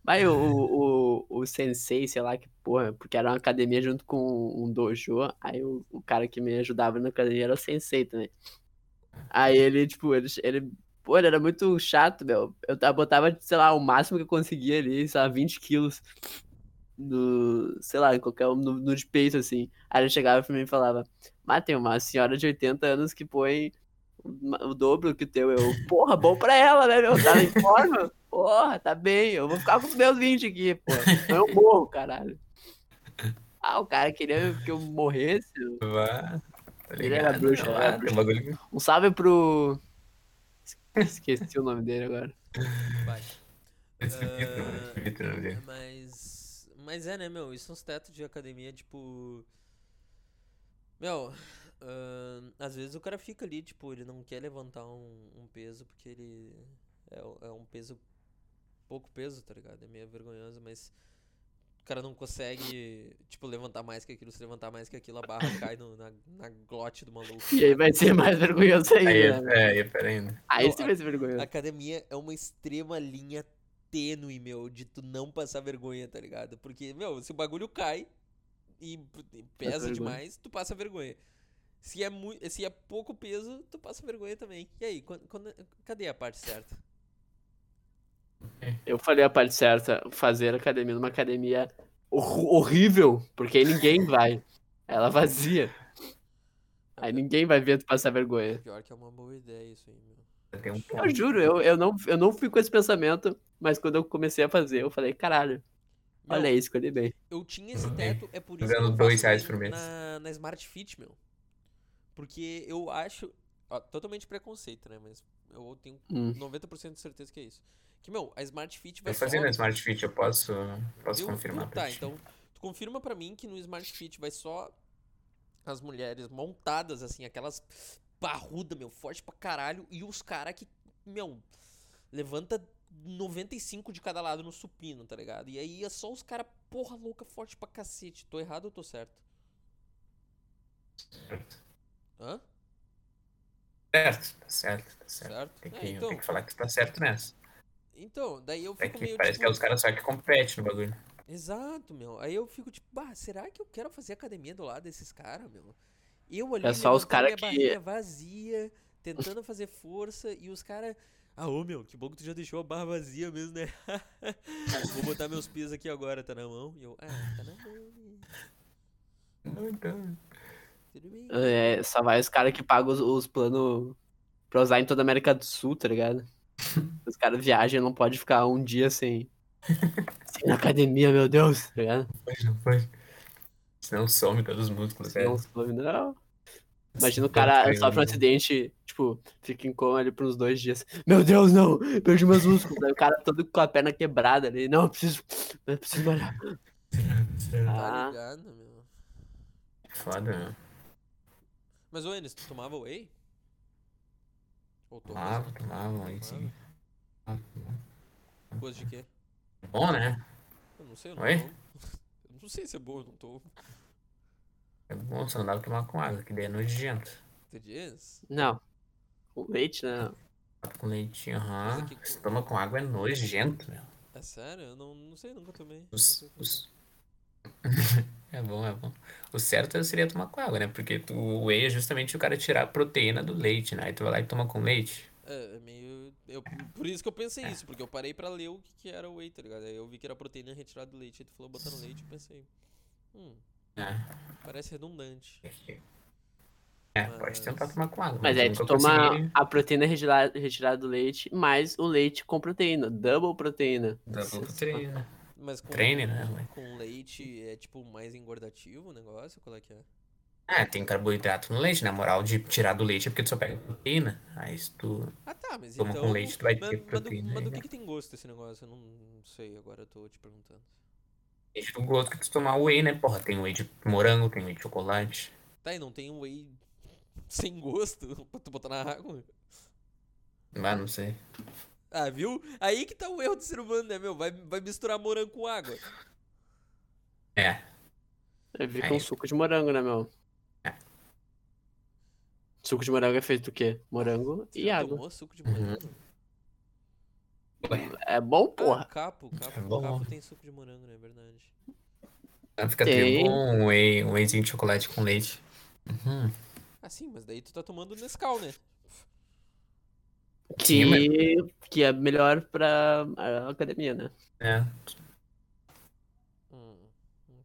C: Mas o, o, o, o sensei, sei lá que porra, porque era uma academia junto com um dojo, aí o, o cara que me ajudava na academia era o sensei também. Aí ele, tipo, ele, ele Pô, ele era muito chato, meu. Eu ta- botava, sei lá, o máximo que eu conseguia ali, sei lá, 20 quilos. No, sei lá, em qualquer um, no, no de peito, assim. Aí ele chegava pra mim e falava: Mas tem uma senhora de 80 anos que põe uma- o dobro que o teu. Eu, porra, bom pra ela, né, meu? Tá em forma? Porra, tá bem. Eu vou ficar com os meus 20 aqui, pô. Senão eu morro, caralho. Ah, o cara queria que eu morresse.
A: Vá, tá
C: Ele era
A: ligado,
C: bruxo,
A: meu,
C: ele era
A: ah, tem um bagulho
C: Um salve pro. Esqueci o nome dele agora.
B: Vai.
A: Esse Vitor,
B: Ah,
A: mano, esse Vitor, não sei.
B: Mas. Mas é, né, meu? Isso são os tetos de academia, tipo. Meu, ahn, às vezes o cara fica ali, tipo, ele não quer levantar um, um peso porque ele. É, o- é um peso. Pouco peso, tá ligado? É meio vergonhoso, mas. O cara não consegue, tipo, levantar mais que aquilo. Se levantar mais que aquilo, a barra cai no- na, na glote do maluco.
C: E aí vai ser mais vergonhoso ainda.
A: Aí,
C: né?
A: é, aí, pera aí, né?
C: Aí
B: Não,
C: você
B: a-
C: vai ser vergonhoso.
B: A academia é uma extrema linha tênue, meu, de tu não passar vergonha, tá ligado? Porque, meu, se o bagulho cai e p- e pesa
C: vergonha.
B: demais, tu passa vergonha. Se é, muito, se é pouco peso, tu passa vergonha também. E aí, quando, quando- cadê a parte certa?
C: Eu falei a parte certa, fazer academia numa academia hor- horrível, porque aí ninguém vai. Ela vazia. Aí ninguém vai ver tu passar vergonha.
B: Pior que é uma boa ideia isso aí, meu.
A: Tem um
C: Eu
A: ponto.
C: juro, eu, eu, não, eu não fico com esse pensamento, mas quando eu comecei a fazer, eu falei, caralho,
B: Meu,
C: olha aí, escolhi bem.
B: Eu tinha esse
A: Tudo bem.
B: teto, é por
A: Uhum. Tô
B: isso que eu
A: ganhando
B: não
A: dois
B: faço
A: reais
B: treino
A: por mês.
B: Na, na Smart Fit, meu. Porque eu acho. ó, totalmente preconceito, né? Mas eu tenho
C: Hum.
B: 90% de certeza que é isso. Que, meu, a Smart Fit vai
A: Eu fazia na
B: só-
A: Smart Fit, eu posso, posso
B: eu-
A: confirmar
B: tu-
A: pra
B: Tá,
A: ti.
B: então, tu confirma pra mim que no Smart Fit vai só as mulheres montadas, assim, aquelas barruda, meu, forte pra caralho, e os caras que, meu, levanta 95 de cada lado no supino, tá ligado? E aí é só os caras, porra louca, forte pra cacete. Tô errado ou tô certo? Hã?
A: Certo, tá certo, tá certo.
B: Certo?
A: Tem que,
B: É, então,
A: tem que falar que tá certo nessa.
B: então, daí eu
A: É
B: fico
A: que
B: meio
A: parece
B: tipo,
A: que é os caras só que competem no bagulho.
B: Exato, meu. Aí eu fico tipo, bah, será que eu quero fazer academia do lado desses caras, meu? Eu ali
C: É só os
B: levantando
C: cara
B: minha
C: que-
B: barriga vazia, tentando fazer força, e os caras. Ah, ô meu, que bom que tu já deixou a barra vazia mesmo, né? Vou botar meus pisos aqui agora, tá na mão? E eu, ah, tá na mão,
A: Não, então.
B: tudo bem.
C: É, só vai os caras que pagam os, os planos pra usar em toda a América do Sul, tá ligado? Os caras viajam e não pode ficar um dia sem. sem ir na academia, meu Deus, tá ligado?
A: Pode, não pode. Senão some todos os músculos,
C: Não,
A: velho.
C: soube, não. Imagina o
A: Tanto
C: cara
A: treino,
C: sofre um
A: né?
C: acidente, tipo, fica em coma ali por uns dois dias. Meu Deus, não! Perdi meus músculos. Aí o cara todo com a perna quebrada ali. Não, eu preciso. Eu preciso malhar.
B: Tá
C: Ah.
B: ligado, meu.
A: Foda, né? meu.
B: Mas, ô Enes, tu tomava whey? Ou toma,
A: Tomava,
B: né?
A: tomava, aí sim. Ah,
B: Coisa de quê?
A: Bom, né?
B: Eu não sei, eu não
A: Oi?
B: tomo. Eu não sei se é bom, eu não tomo.
A: É bom, só não dá pra tomar com água, que daí é nojento.
B: Entendias?
C: Não. Com leite, né?
A: Com leitinho, aham.
B: Mas é que-
A: Se toma com água é nojento, meu.
B: É sério? Eu não, não sei, nunca tomei. não
A: Os-
B: sei como é.
A: os- é bom, é bom. O certo seria tomar com água, né? Porque tu, o whey é justamente o cara tirar a proteína do leite, né? Aí tu vai lá e toma com leite.
B: É, é meio. Eu, por isso que eu pensei isso, porque eu parei pra ler o que, que era o whey, tá ligado? Aí eu vi que era proteína retirada do leite, aí tu falou botar no leite, eu pensei. Hum,
A: né?
B: parece redundante.
A: É, pode tentar
B: Mas-
A: tomar com água,
C: Mas
A: eu
C: é, tu
A: nunca
C: toma
A: Então, consegui.
C: a proteína retira- retirada do leite, mais o leite com proteína. Double proteína.
A: Dá
C: Isso é
A: pouco
C: só-
A: treino.
B: Mas com,
A: Treine, né, mãe?
B: com leite é tipo mais engordativo o negócio? Qual é que é?
A: Ah, tem carboidrato no leite, na moral, de tirar do leite é porque tu só pega proteína. Aí se tu.
B: Ah tá, mas
A: Toma com
B: então.
A: leite, tu vai
B: mas,
A: ter
B: mas do,
A: proteína
B: mas do
A: aí, né?
B: que, que tem gosto esse negócio? Eu não, não sei, agora eu tô te perguntando.
A: Leite do gosto que tu tomar whey, né? Porra, tem whey de morango, tem whey de chocolate.
B: Tá, e não tem um whey sem gosto pra tu botar na água?
A: Mas não sei.
B: Ah, viu? Aí que tá o erro do ser humano, né, meu? Vai, vai misturar morango com água.
A: É,
C: É, fica
A: Aí.
C: um suco de morango, né, meu?
A: É.
C: Suco de morango é feito do quê? Morango
B: Você
C: e
B: já
C: água.
B: tomou suco de
A: Uhum.
B: morango?
C: É bom,
B: Ah,
C: porra.
B: capo, capo,
A: É bom.
B: capo tem suco de morango, né? É verdade.
A: então Fica
C: Tem.
A: até bom um whey, um wheyzinho de chocolate com leite. Uhum.
B: Ah, sim, mas daí tu tá tomando Nescau, né?
C: Que,
A: Sim,
C: que é melhor pra a academia, né?
A: É.
B: Hum.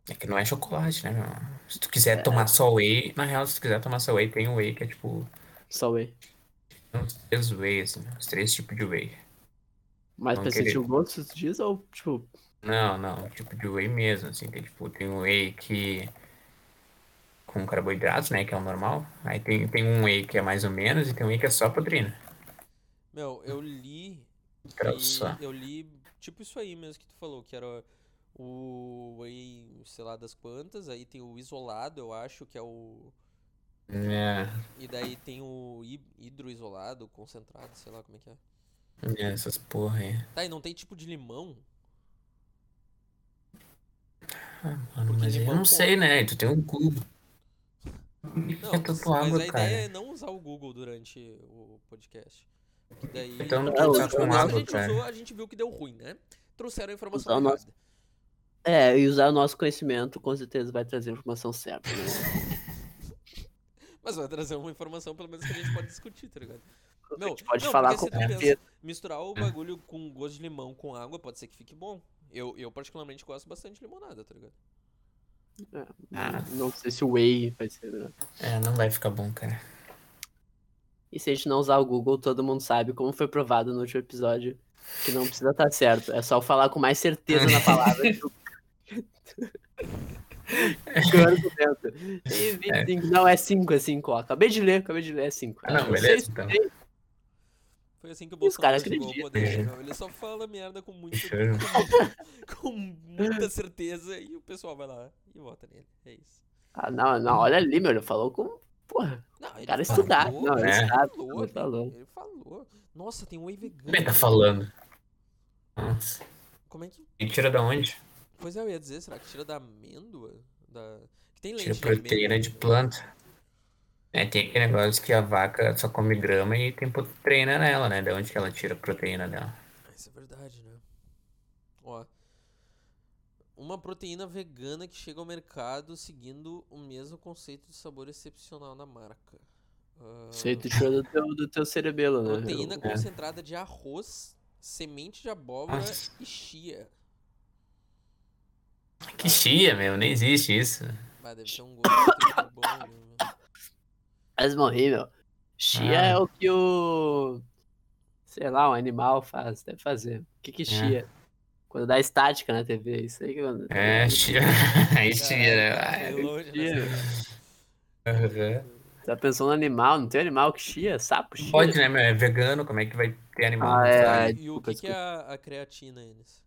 A: É que não é chocolate, né, meu? Se tu quiser tomar só whey, na real, se tu quiser tomar só whey, tem o whey que é tipo
C: Só whey.
A: uns três whey, assim, né? os três tipos de whey.
C: Mas
A: Não
C: pra
A: querer.
C: sentir o gosto, esses dias ou, tipo,
A: Não, não, tipo de whey mesmo, assim, tem tipo, tem um whey que com carboidratos, né, que é o normal. Aí tem, tem um whey que é mais ou menos e tem um whey que é só proteína.
B: Meu, eu li.
A: Pra
B: que-
A: só.
B: eu li tipo isso aí mesmo que tu falou, que era o whey, sei lá das quantas, aí tem o isolado, eu acho, que é o.
A: É,
B: E daí tem o hi- hidroisolado, concentrado, sei lá como é que é.
A: é, essas porra aí.
B: Tá, e não tem tipo de limão?
A: Mano,
B: Porque
A: Ah, mas eu
B: limão
A: não
B: com-
A: sei, né? Tu tem um cubo.
B: Não,
A: É tanto
B: mas
A: água,
B: a
A: cara.
B: ideia é não usar o Google durante o podcast. Porque daí.
A: Então não
B: porque da
C: precisa
B: última
C: com
B: vez que
A: água,
B: a gente
A: cara.
B: usou, a gente viu que deu ruim, né? Trouxeram a
C: Usar
B: informação
C: o
B: errada.
C: nosso- é, e usar o nosso conhecimento com certeza vai trazer a informação certa. Né?
B: Mas vai trazer uma informação, pelo menos, que a gente pode discutir, tá ligado? Meu,
C: gente pode
B: não,
C: falar
B: porque se
C: com
B: tu pensa,
C: certeza.
B: misturar o bagulho com gosto de limão com água pode ser que fique bom. Eu, eu particularmente gosto bastante de limonada, tá ligado?
A: Ah.
C: Não sei se o whey vai ser. né?
A: É, não vai ficar bom, cara.
C: E se a gente não usar o Google, todo mundo sabe, como foi provado no último episódio, que não precisa estar certo. É só falar com mais certeza na palavra. que o- que o argumento.
A: É.
C: E 25, Não, é 5, é 5, ó. Acabei de ler, acabei de ler, é 5.
A: Ah, não, beleza, então.
B: Foi assim que o
C: E os
B: Bolsonaro
C: caras
B: chegou ao
C: acreditam,
B: poder.
A: né?
B: meu. Ele só fala merda com muito,
A: Deixa eu-
B: com muita certeza e o pessoal vai lá e vota nele. É isso.
C: Ah, não, não, olha ali, meu, ele falou com. Porra,
B: Não, ele
C: o cara estudar.
B: falou,
C: Não, ele
A: né?
C: sabe,
B: falou,
C: ele falou.
B: Ele falou. Nossa, tem um whey
A: Como é
B: vegano.
A: tá falando? Nossa.
B: Como é que.
A: E tira da onde?
B: Pois é, eu ia dizer, será que tira da amêndoa? Da... Que tem leite
A: Tira proteína de
B: amêndoa.
A: planta. É, tem aquele negócio que a vaca só come grama e tem proteína nela, né? Da onde que ela tira a proteína dela?
B: Ah, Isso é verdade, né? Ó. Uma proteína vegana que chega ao mercado seguindo o mesmo conceito de sabor excepcional na marca. Ah,
C: Sei, né? tu tirou do teu, do teu cerebelo, né?
B: proteína
C: Eu-
B: concentrada de arroz, semente de abóbora
A: Nossa.
B: e chia.
A: Que chia, meu, nem existe isso.
B: Ah, deve ter um gosto muito bom, né, mano?
C: Mas morri, meu. Chia
A: Ah.
C: é o que o. Sei lá, um animal faz, deve fazer. O que
A: É.
C: que chia? Quando dá estática na TV, isso aí que. quando-
A: É, chia. Aí chia, né?
B: Caraca,
A: Ai,
B: foi longe
C: chia.
B: nessa-
A: aham.
C: Tá pensando no animal, não tem animal que chia? Sapo chia?
A: Pode, né, meu? É vegano, como é que vai ter animal?
C: Ah, é,
A: sabe?
C: ai,
B: E o
C: desculpa,
B: que, que é a, a creatina, Enes?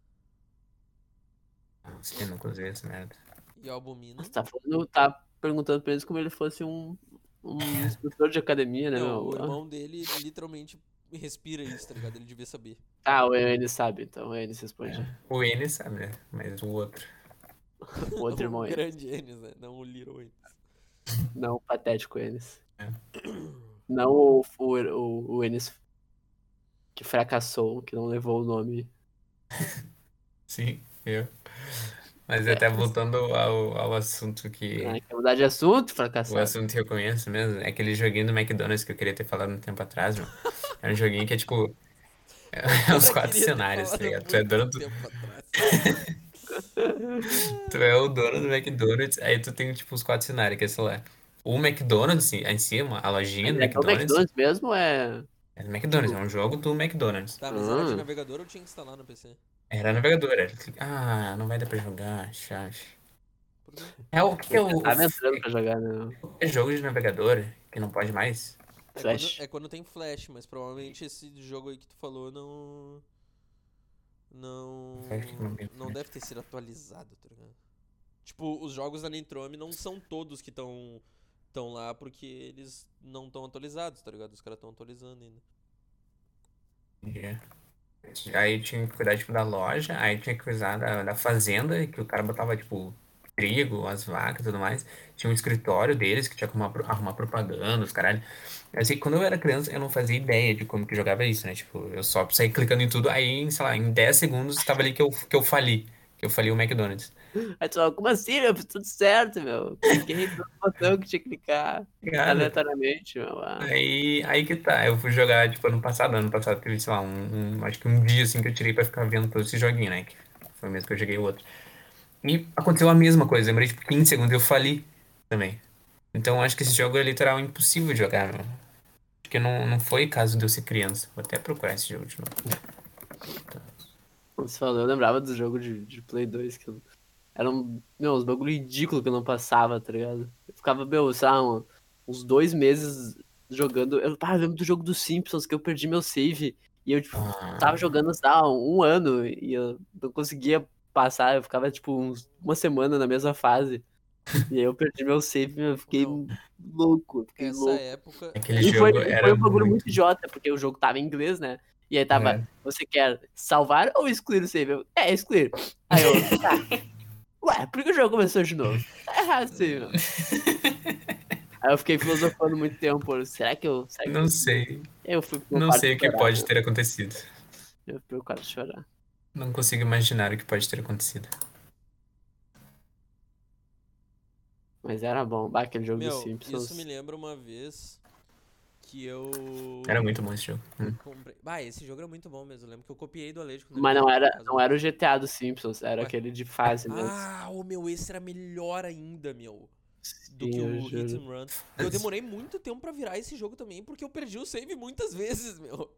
A: Não sei, nunca usei essa merda.
B: E a albumina?
C: Nossa, Tá, falando- tá perguntando pra eles como ele fosse um, um instrutor de academia, né,
B: Não,
C: meu?
B: É, o irmão dele literalmente respira isso, tá ligado? Ele devia saber.
C: Ah, o Enes sabe, então o Enes responde.
B: É.
A: O N sabe, né? Mas o outro.
C: O outro
B: O
C: irmão Enes.
B: É um grande Enes, né? Não o Little Enes.
C: Não, o patético Enes.
A: É.
C: Não o, o, o, o Enes que fracassou, que não levou o nome.
A: Sim, eu. Mas até voltando ao, ao assunto que.
C: Ah, quer mudar de assunto, fracassou.
A: É. O assunto que eu conheço mesmo é aquele joguinho do McDonald's que eu queria ter falado um tempo atrás, mano. É um joguinho que é tipo. É uns
B: Eu
A: quatro
B: queria ter
A: cenários, tá
B: falado
A: ligado? Tu é,
B: muito
A: dono do-
B: tempo atrás.
A: tu é o dono do McDonald's, aí tu tem tipo os quatro cenários, que é, sei lá. O McDonald's em- em cima, a lojinha do
C: É, então, o
A: McDonald's.
C: McDonald's mesmo é.
A: É do McDonald's, é um jogo do McDonald's.
B: Tá, mas era de
C: Ah.
B: navegador ou tinha que instalar no PC?
A: Era navegador, era. Ah, não vai dar pra jogar, chave.
B: Por quê?
A: É o que é o.
C: Tava tá entrando pra jogar, né?
A: É jogo de navegador que não pode mais?
B: É
C: Flash.
B: quando, é quando tem flash, mas provavelmente esse jogo aí que tu falou não. Não.
A: Flash não tem
B: Não
A: flash.
B: deve ter sido atualizado, tá ligado? Tipo, os jogos da Nintrome não são todos que estão tão lá porque eles não estão atualizados, tá ligado? Os caras estão atualizando ainda.
A: Entendi. Aí tinha que cuidar, tipo, da loja, aí tinha que cuidar da, da fazenda, que o cara botava, tipo, trigo, as vacas e tudo mais. Tinha um escritório deles que tinha que arrumar, pro- arrumar propaganda, os caralho. Assim, quando eu era criança, eu não fazia ideia de como que jogava isso, né? Tipo, eu só saí clicando em tudo, aí, em, sei lá, em 10 segundos tava ali que eu, que eu fali. Que eu fali o McDonald's.
C: Aí tu fala, como assim, meu? Fiz tudo certo, meu. Cliquei no botão que tinha que clicar
A: Cara,
C: aleatoriamente, meu. Ah,
A: É. Aí, aí que tá, eu fui jogar, tipo, ano passado, ano passado teve, sei lá, um, um- acho que um dia, assim, que eu tirei pra ficar vendo todo esse joguinho, né, que foi o mesmo que eu joguei o outro. E aconteceu a mesma coisa, demorei, tipo, 15 segundos e eu fali também. Então, eu acho que esse jogo é literal impossível de jogar, meu. Acho que não, não foi caso de eu ser criança. Vou até procurar esse jogo de novo.
C: como você falou, eu lembrava do jogo de, de Play 2 que eu... Era um, meu, uns bagulho ridículo que eu não passava, tá ligado? Eu ficava, meu, sei lá, um- uns dois meses jogando. Eu, ah, eu lembro do jogo dos Simpsons que eu perdi meu save. E eu, tipo,
A: Ah,
C: tava jogando, sei lá, um ano e eu não conseguia passar, eu ficava tipo uns- uma semana na mesma fase. E aí eu perdi meu save, eu fiquei
B: Não.
C: louco, eu fiquei
B: Essa
C: louco.
B: época.
A: aquele
C: E
A: jogo
C: foi, e foi
A: era
C: um bagulho
A: muito...
C: muito idiota, porque o jogo tava em inglês, né? E aí tava,
A: É.
C: você quer salvar ou excluir o save? Eu, é, excluir. Aí eu, tá. Ué, por que o jogo começou de novo? Tá errado isso aí, meu. Aí eu fiquei filosofando muito tempo, será que eu... Será que
A: Não sei,
C: eu fui pro meu
A: não
C: quarto
A: sei o que
C: chorar,
A: pode
C: meu.
A: ter acontecido.
C: Eu fui pro quarto chorar.
A: Não consigo imaginar o que pode ter acontecido.
C: Mas era bom, bah, aquele jogo
B: Meu,
C: dos Simpsons.
B: isso me lembra uma vez que eu.
A: Era muito bom esse jogo. Hum.
B: comprei. Ah, esse jogo era muito bom mesmo. Eu lembro que eu copiei do Alejo. quando ele
C: Mas não
B: comprou,
C: era,
B: por causa
C: não
B: do-
C: era o GTA dos Simpsons, era
B: Ué.
C: aquele de fase né? mesmo.
B: Ah, o meu, esse era melhor ainda, meu. Do
C: Sim,
B: que
C: eu
B: o Hit
C: juro.
B: and Run. Eu demorei muito tempo pra virar esse jogo também, porque eu perdi o save muitas vezes, meu.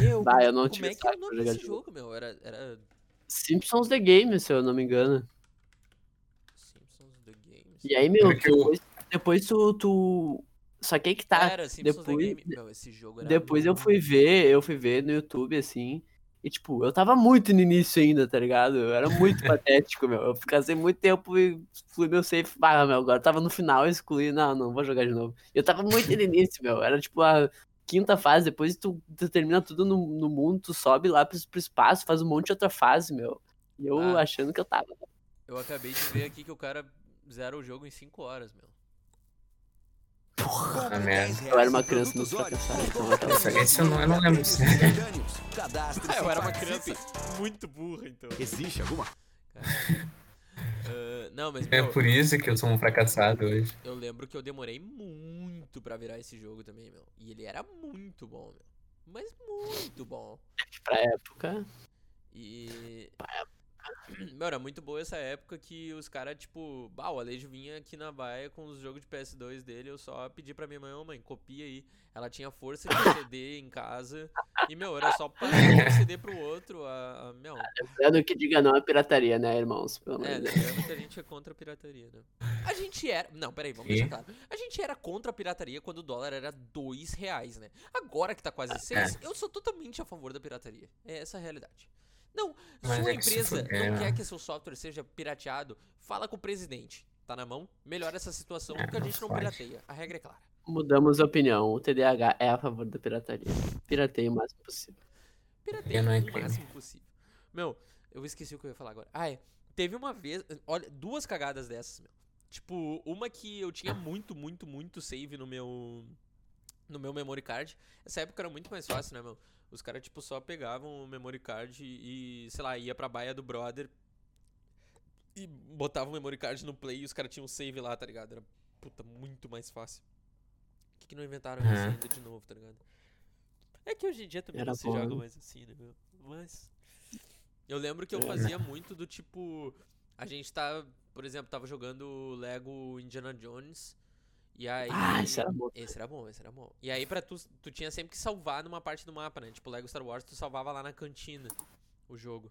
B: Meu,
C: Bah, eu não
B: como
C: tive
B: é que era
C: saco
B: o
C: pra
B: nome
C: jogar
B: desse
C: de novo.
B: jogo, meu? Era, era
C: Simpsons The Game, se eu não me engano.
B: Simpsons The Game.
C: E aí, meu,
A: Porque o-
C: depois, depois tu, tu. Só que aí que tá.
B: Era Simpsons
C: depois-
B: The Game. Meu, esse jogo era
C: Depois eu
B: muito
C: fui ver, eu fui ver no YouTube, assim. E, tipo, eu tava muito no início ainda, tá ligado? Eu era muito patético, meu. Eu casei muito tempo e fui meu safe. Ah, meu, agora eu tava no final e excluí. Não, não, vou jogar de novo. Eu tava muito no início, meu. Era tipo a quinta fase, depois tu, tu termina tudo no, no mundo, tu sobe lá pro, pro espaço, faz um monte de outra fase, meu. E eu
B: Ah.
C: achando que eu tava.
B: Eu acabei de ver aqui que o cara zera o jogo em 5 horas, meu.
A: Ah, merda.
C: Eu era uma criança muito fracassada, então eu tava.
A: Nossa, esse eu não, eu não lembro disso.
B: Ah, eu era uma criança muito burra, então.
D: Existe alguma
B: Ah, não, mas
A: É
B: meu,
A: por isso que eu sou um fracassado hoje.
B: eu lembro que eu demorei muito pra virar esse jogo também, meu. E ele era muito bom, meu. Mas muito bom.
C: Pra época.
B: E. Meu, era muito boa essa época que os caras, tipo, bah, o Alejo vinha aqui na baia com os jogos de PS2 dele, eu só pedi pra minha mãe, ô mãe, copia aí. Ela tinha força de CD em casa. E, meu, era só passar um CD pro outro. A, a, meu,
C: Lembrando que diga não é pirataria, né, irmãos? Pelo
B: É,
C: menos.
B: lembrando que a gente é contra a pirataria, né? A gente era. Não, peraí, vamos
A: Quê?
B: deixar claro. A gente era contra a pirataria quando o dólar era dois reais, né? Agora que tá
A: Ah,
B: quase
A: é.
B: seis, eu sou totalmente a favor da pirataria. É essa a realidade. Não,
A: Mas
B: sua
A: é que se
B: empresa
A: fuder,
B: não
A: né?
B: quer que seu software seja pirateado, fala com o presidente. Tá na mão? Melhora essa situação
A: É,
B: porque a
A: não
B: gente não
A: faz.
B: pirateia. A regra é clara.
C: Mudamos a opinião. O TDAH é a favor da pirataria. Pirateia o máximo possível.
B: Pirateia
A: não é
B: o
A: crime.
B: máximo possível. Meu, eu esqueci o que eu ia falar agora. Ah, é. Teve uma vez. Olha, duas cagadas dessas, meu. Tipo, uma que eu tinha muito, muito, muito save no meu. No meu memory card. Essa época era muito mais fácil, né, meu? Os caras, tipo, só pegavam o memory card e, sei lá, ia pra baia do brother e botava o memory card no play e os caras tinham save lá, tá ligado? Era, puta, muito mais fácil. Por que, que não inventaram isso
A: Uhum.
B: ainda de novo, tá ligado? É que hoje em dia também
C: Era
B: não se
C: bom,
B: joga
C: né?
B: mais assim, né, meu? Mas. Eu lembro que eu
C: É, né?
B: fazia muito do tipo. A gente tá, por exemplo, tava jogando Lego Indiana Jones. E aí.
C: Ah, isso era bom.
B: Esse era bom, esse era bom. E aí, pra tu, tu tinha sempre que salvar numa parte do mapa, né? Tipo, Lego Star Wars, tu salvava lá na cantina o jogo.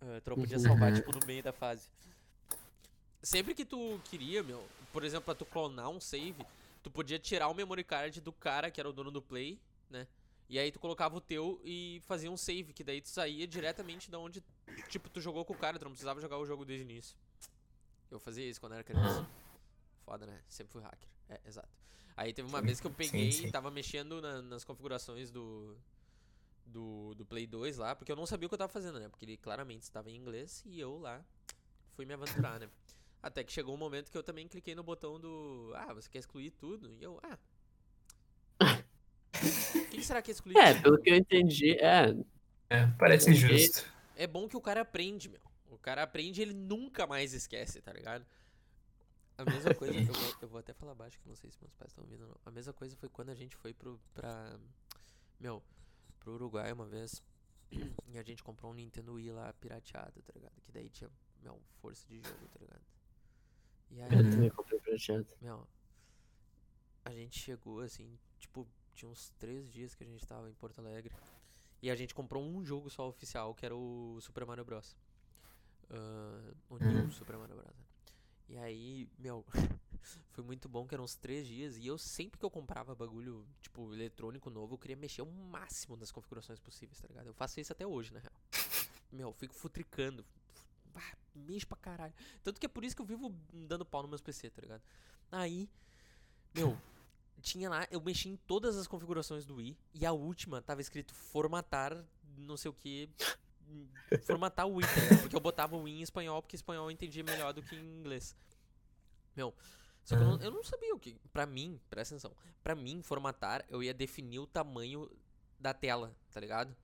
B: Ah, tu não podia salvar,
A: Uhum.
B: tipo, no meio da fase. Sempre que tu queria, meu, por exemplo, pra tu clonar um save, tu podia tirar o memory card do cara que era o dono do play, né? E aí tu colocava o teu e fazia um save, que daí tu saía diretamente da onde, tipo, tu jogou com o cara, tu não precisava jogar o jogo desde o início. Eu fazia isso quando era criança. Foda, né? Sempre fui hacker. É, exato. Aí teve uma vez que eu peguei
A: sim.
B: e tava mexendo na- nas configurações do, do do Play 2 lá, porque eu não sabia o que eu tava fazendo, né? Porque ele claramente estava em inglês e eu lá fui me aventurar, né? Até que chegou um momento que eu também cliquei no botão do. Ah, você quer excluir tudo? E eu, ah. O que que será que é excluir?
C: É,
B: tudo?
C: pelo que eu entendi, é.
A: É, parece justo.
B: É bom que o cara aprende, meu. O cara aprende e ele nunca mais esquece, tá ligado? A mesma coisa, eu, vou, eu vou até falar baixo que eu não sei se meus pais estão ouvindo ou não. A mesma coisa foi quando a gente foi pro, pra, meu, pro Uruguai uma vez e a gente comprou um Nintendo Wii lá pirateado, tá ligado? Que daí tinha, meu, força de jogo, tá ligado? E
C: Eu
B: aí,
C: também comprei prateado.
B: meu, a gente chegou assim, tipo, tinha uns três dias que a gente tava em Porto Alegre. E a gente comprou um jogo só oficial, que era o Super Mario Bros. Ah, o New Super Mario Bros. né? E aí, meu, foi muito bom que eram uns três dias. E eu sempre que eu comprava bagulho, tipo, eletrônico novo, eu queria mexer o máximo nas configurações possíveis, tá ligado? Eu faço isso até hoje, na real. Meu, eu fico futricando. fu- ah, Mexo pra caralho. Tanto que é por isso que eu vivo dando pau no meus PC, tá ligado? Aí, meu, tinha lá, eu mexi em todas as configurações do Wii e a última tava escrito formatar, não sei o que, formatar o Wii, tá ligado? porque eu botava o Wii em espanhol, porque espanhol eu entendia melhor do que em inglês. Meu, só que eu, não, eu não sabia o que, pra mim, presta atenção, pra mim, formatar, eu ia definir o tamanho da tela, tá ligado?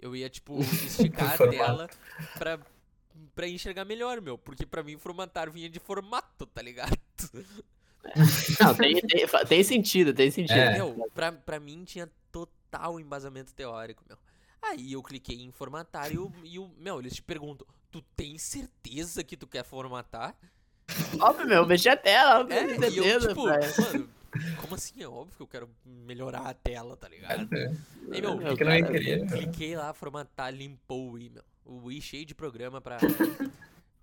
B: Eu ia, tipo, esticar a
A: Formato.
B: tela pra, pra enxergar melhor, meu, porque pra mim formatar vinha de formato, tá ligado?
C: Não, tem, tem, fa- tem sentido, tem sentido.
A: É.
B: Meu, pra, pra mim tinha total embasamento teórico, meu. Aí eu cliquei em formatar e o, e o. Meu, eles te perguntam: Tu tem certeza que tu quer formatar?
C: Óbvio, meu, mexi a tela, óbvio,
B: É,
C: é,
B: e eu,
C: certeza,
B: tipo,
C: pai.
B: mano, como assim? É óbvio que eu quero melhorar a tela, tá ligado? Ei, meu,
A: Por É. que não né? ia
C: cara,
A: querer? meu?
B: Cliquei lá, formatar, limpou o Wii, meu. O Wii cheio de programa pra.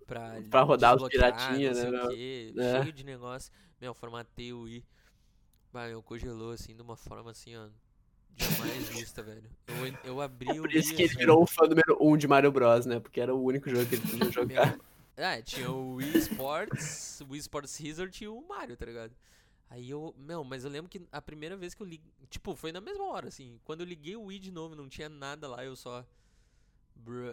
B: Pra,
C: Pra rodar os
B: desbloquear,
C: piratinha,
B: não sei
C: né,
B: o
C: meu?
B: quê,
C: É.
B: Cheio de negócio. Meu, formatei o Wii. Bah, meu, congelou assim, de uma forma assim, ó. Jamais vista, velho. Eu, en- eu abri o
C: É Por
B: Wii.
C: isso que ele
B: assim,
C: virou o fã número 1 um de Mario Bros, né? Porque era o único jogo que ele podia
B: meu,
C: jogar.
B: É, tinha o Wii Sports, o Wii Sports Resort e o Mario, tá ligado? Aí eu, meu, mas eu lembro que a primeira vez que eu liguei, tipo, foi na mesma hora, assim, quando eu liguei o Wii de novo, não tinha nada lá, eu só, bruh,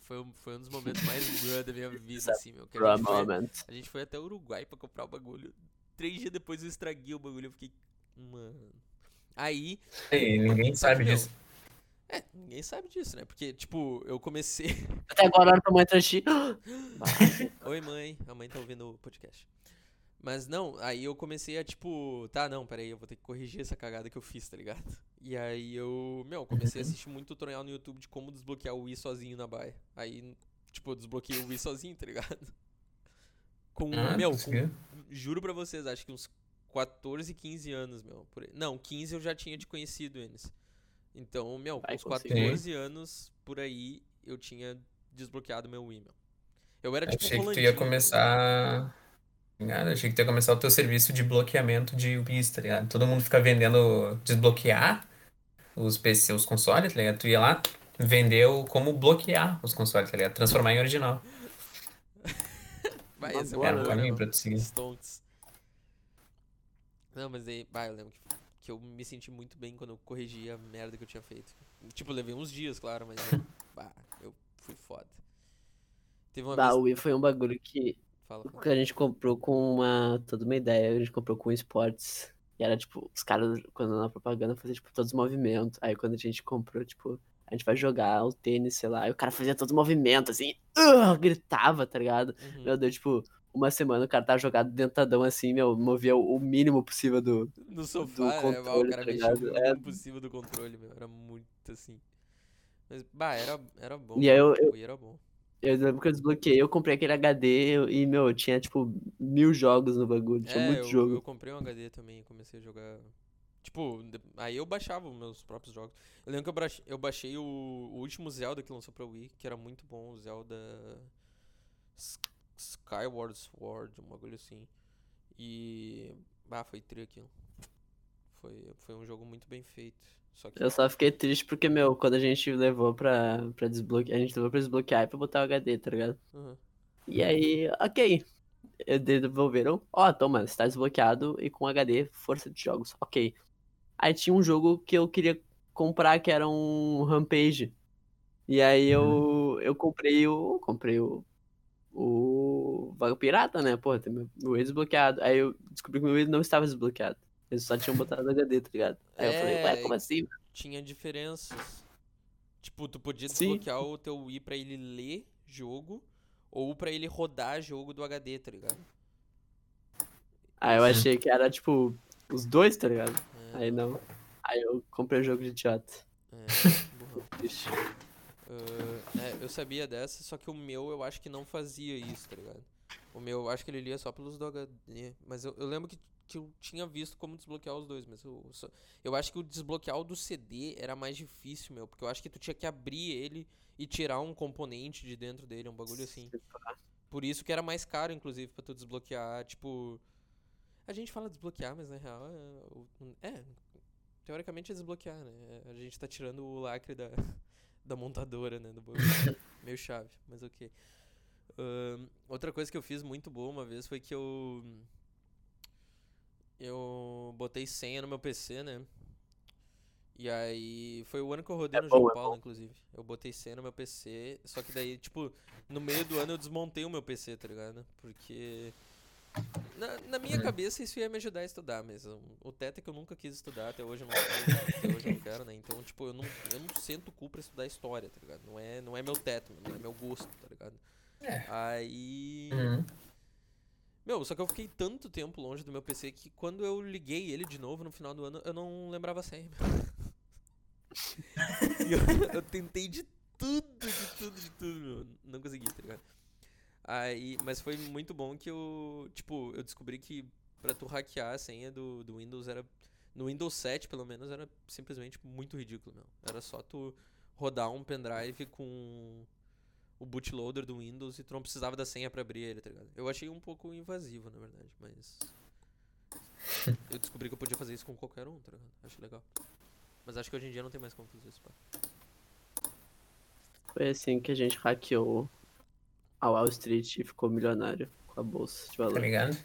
B: foi, um- foi um dos momentos mais bruh da minha
A: é
B: vida, assim, meu, que a
C: Pro
B: gente,
A: né?
B: foi,
C: moment.
B: a gente foi até o Uruguai pra comprar o bagulho, três dias depois eu estraguei o bagulho, eu fiquei, mano, aí,
A: Ei, ninguém
B: só que,
A: sabe
B: meu,
A: disso.
B: É, ninguém sabe disso, né, porque, tipo, eu comecei,
C: Até agora olha pra mãe atrás de ti.
B: Oi, mãe. A mãe tá ouvindo o podcast. Mas não, aí eu comecei a tipo, tá, não, peraí, eu vou ter que corrigir essa cagada que eu fiz, tá ligado? E aí eu, meu, comecei a assistir muito tutorial no YouTube de como desbloquear o Wii sozinho na baia. Aí, tipo, eu desbloqueei o Wii sozinho, tá ligado? Com,
A: Ah,
B: meu, com,
A: conseguiu?
B: juro pra vocês, acho que uns 14, 15 anos, meu. por aí. Não, 15 eu já tinha de conhecido eles. Então, meu, com
C: Vai
B: uns
C: conseguir.
B: 14 anos por aí eu tinha desbloqueado meu Wii, meu. Eu era tipo um
A: Achei que tu
B: Rolandinho,
A: ia
B: tá
A: começar. Nada, achei que tu ia começar o teu serviço de bloqueamento de Wii, tá ligado? Todo mundo fica vendendo desbloquear os PC, os consoles, tá ligado? Tu ia lá, vendeu como bloquear os consoles, tá ligado? Transformar em original.
B: Vai,
C: Uma
B: esse é o
C: boa,
A: Era um
B: bagulho,
C: né?
A: caminho
B: não.
A: pra tu seguir.
B: Stonks. Não, mas aí, vai, eu lembro que, que eu me senti muito bem quando eu corrigi a merda que eu tinha feito. Tipo, eu levei uns dias, claro, mas eu, bah, eu fui foda. Teve uma
C: Bah,
B: vez.
C: o Wii foi um bagulho que,
B: Fala, fala.
C: que a gente comprou com uma. Toda uma ideia, a gente comprou com esportes. E era tipo, os caras, quando na propaganda, faziam tipo, todos os movimentos. Aí quando a gente comprou, tipo, a gente vai jogar o tênis, sei lá, e o cara fazia todos os movimentos, assim, "Ah", gritava, tá ligado?
B: Uhum.
C: Meu Deus, tipo, uma semana o cara tava jogado dentadão assim, meu, movia o o mínimo possível do.
B: No sofá, né? Bah, o
C: controle,
B: cara mexia o
C: tá ligado?
B: mínimo
C: É.
B: possível do controle, meu. Era muito assim. Mas, bah, era, era bom.
C: E aí eu-
B: meu, o Wii era bom.
C: Eu lembro que eu desbloqueei, eu comprei aquele HD eu- e, meu, eu tinha, tipo, mil jogos no bagulho, tinha
B: é,
C: muito
B: eu,
C: jogo.
B: eu comprei um HD também e comecei a jogar. Tipo, de- aí eu baixava os meus próprios jogos. Eu lembro que eu, baix- eu baixei o, o último Zelda que lançou pra Wii, que era muito bom, o Zelda S- Skyward Sword, um bagulho assim. E. Ah, foi tri aquilo. Foi, foi um jogo muito bem feito. Só que.
C: Eu só fiquei triste porque, meu, quando a gente levou pra, pra desbloquear, a gente levou pra desbloquear e pra botar o HD, tá ligado?
B: Uhum.
C: E aí, ok. Eles Devolveram, ó, toma, está desbloqueado e com HD, força de jogos, ok. Aí tinha um jogo que eu queria comprar que era um
B: Uhum.
C: Rampage. E aí eu, eu comprei o. Comprei o. O vaga pirata, né? Porra, tem meu, meu ex bloqueado. Aí eu descobri que meu ex não estava desbloqueado. Eles só tinham botado HD, tá ligado? Aí eu falei,
B: É,
C: ué, como assim?
B: Tinha diferenças. Tipo, tu podia
C: Sim.
B: desbloquear o teu Wii pra ele ler jogo ou pra ele rodar jogo do HD, tá ligado?
C: Aí eu
A: Sim.
C: achei que era, tipo, os dois, tá ligado?
B: É,
C: Aí não. Aí eu comprei o jogo de idiota.
B: é, burrão.
C: Triste.
B: Ah, é, eu sabia dessa, só que o meu eu acho que não fazia isso, tá ligado? O meu eu acho que ele lia só pelos do HD. Mas eu, eu lembro que, que eu tinha visto como desbloquear os dois, mas eu, só- eu acho que o desbloquear o do CD era mais difícil, meu, porque eu acho que tu tinha que abrir ele e tirar um componente de dentro dele, um bagulho assim. Por isso que era mais caro, inclusive, pra tu desbloquear, tipo. A gente fala desbloquear, mas na real é. o- é, teoricamente é desbloquear, né? É, A gente tá tirando o lacre da, da montadora, né? Do bagulho. Meio chave, mas ok. Ahn, outra coisa que eu fiz muito boa uma vez foi que eu. Eu botei senha no meu PC, né? E aí. Foi o ano que eu rodei
C: É
B: no
C: bom,
B: João
C: é
B: Paulo, inclusive. Eu botei senha no meu PC, só que daí, tipo, no meio do ano eu desmontei o meu PC, tá ligado? Porque. Na, na minha cabeça isso ia me ajudar a estudar, mas o, o teto é que eu nunca quis estudar, até hoje eu não, até hoje eu não quero, né? Então, tipo, eu não, eu não sento o cu pra estudar história, tá ligado? Não é, não é meu teto, não é meu gosto, tá ligado?
A: É.
B: Aí.
A: Uhum.
B: Meu, só que eu fiquei tanto tempo longe do meu PC que quando eu liguei ele de novo no final do ano, eu não lembrava a senha. e eu, eu tentei de tudo, de tudo, de tudo, meu. Não consegui, tá ligado? Aí, mas foi muito bom que eu, tipo, eu descobri que pra tu hackear a senha do, do Windows era. No Windows 7, pelo menos, era simplesmente muito ridículo, meu. Era só tu rodar um pendrive com o bootloader do Windows e tu não precisava da senha pra abrir ele, tá ligado? Eu achei um pouco invasivo, na verdade, mas. Eu descobri que eu podia fazer isso com qualquer um, tá ligado? Acho legal. Mas acho que hoje em dia não tem mais como fazer isso, pá.
C: Foi assim que a gente hackeou a Wall Street e ficou milionário com a bolsa de
A: Tá
C: valor.
A: ligado?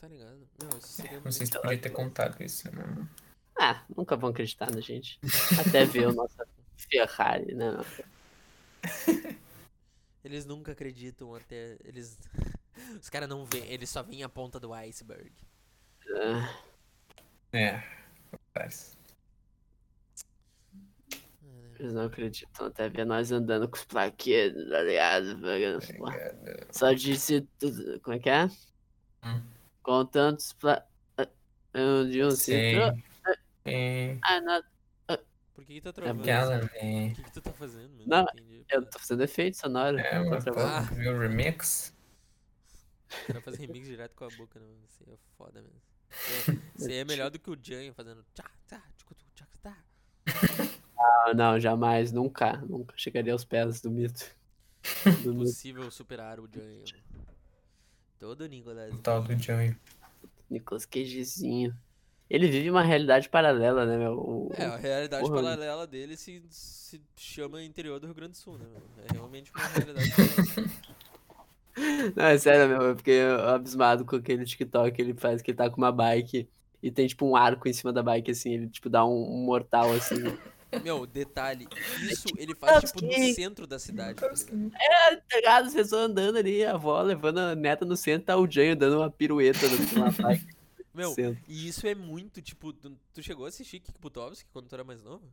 B: Tá ligado? Meu, isso seria
A: Não sei se
B: muito-
A: podia ter contado isso. né? Não.
C: Ah, nunca vão acreditar na gente. Até ver o nosso Ferrari, né?
B: Eles nunca acreditam até. Eles. Os caras não veem, eles só veem a ponta do iceberg.
C: Ah,
A: É. Rapaz.
C: Eles não acreditam até ver nós andando com os plaquedos, tá ligado? Pegando- Pô,
A: Obrigado.
C: Só disse tudo. Como é que é?
A: Hum.
C: Com tantos pla... ah, ah, De um
A: Sim.
C: citro...
A: Sim.
C: Ah, não.
B: Por que, que tá travando?
A: Obrigado,
B: isso?
A: né?
B: O que, que tu tá fazendo, mano?
C: É Não,
B: entendi.
C: Eu tô fazendo efeito sonoro.
A: É,
C: Tô
A: mano.
C: travando.
A: pô, Viu o remix?
B: O cara faz remix direto com a boca, né? mano? Isso aí é foda mesmo. Isso aí é melhor do que o Jan fazendo tchá, tchá, tchucu, tchucu, tchá, tá.
C: Não, Ah, não, jamais, nunca, nunca chegaria aos pés do mito. Do mito
B: É Impossível superar o Jan. Todo Nicolas.
A: O tal do Johnny.
C: Nicolas Cagezinho. Ele vive uma realidade paralela, né, meu? O-
B: É, a realidade
C: Porra.
B: paralela dele se, se chama interior do Rio Grande do Sul, né? mano? É realmente uma realidade paralela.
C: Não, é sério, meu, eu fiquei abismado com aquele TikTok que ele faz, que ele tá com uma bike e tem, tipo, um arco em cima da bike, assim, ele, tipo, dá um, um mortal, assim.
B: Meu, detalhe, isso ele faz tipo no
C: Sim.
B: centro da cidade. tá ligado?
C: Tá ligado? As pessoas andando ali, a avó levando a neta no centro, tá o Jânio dando uma pirueta no na bike no
B: Meu,
C: centro.
B: e isso é muito, tipo, tu, tu chegou a assistir Kik Butovski quando tu era mais novo?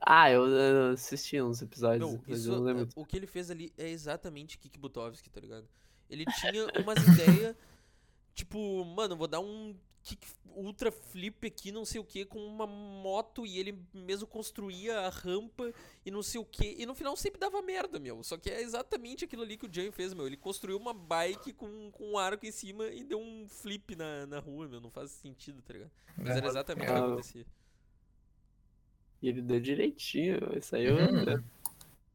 C: Ah, eu, eu assisti uns episódios,
B: Não,
C: mas
B: isso,
C: eu não lembro.
B: é, o que ele fez ali é exatamente Kik Butovski, tá ligado? Ele tinha umas ideias, tipo, mano, vou dar um kick ultra flip aqui, não sei o que, com uma moto e ele mesmo construía a rampa e não sei o que. E no final sempre dava merda, meu. Só que é exatamente aquilo ali que o Jay fez, meu. Ele construiu uma bike com, com um arco em cima e deu um flip na, na rua, meu. Não faz sentido, tá ligado? Mas era
A: É.
B: exatamente o que
C: Ah,
B: acontecia.
C: E ele deu direitinho, meu, isso aí eu...
A: Uhum.
C: eu-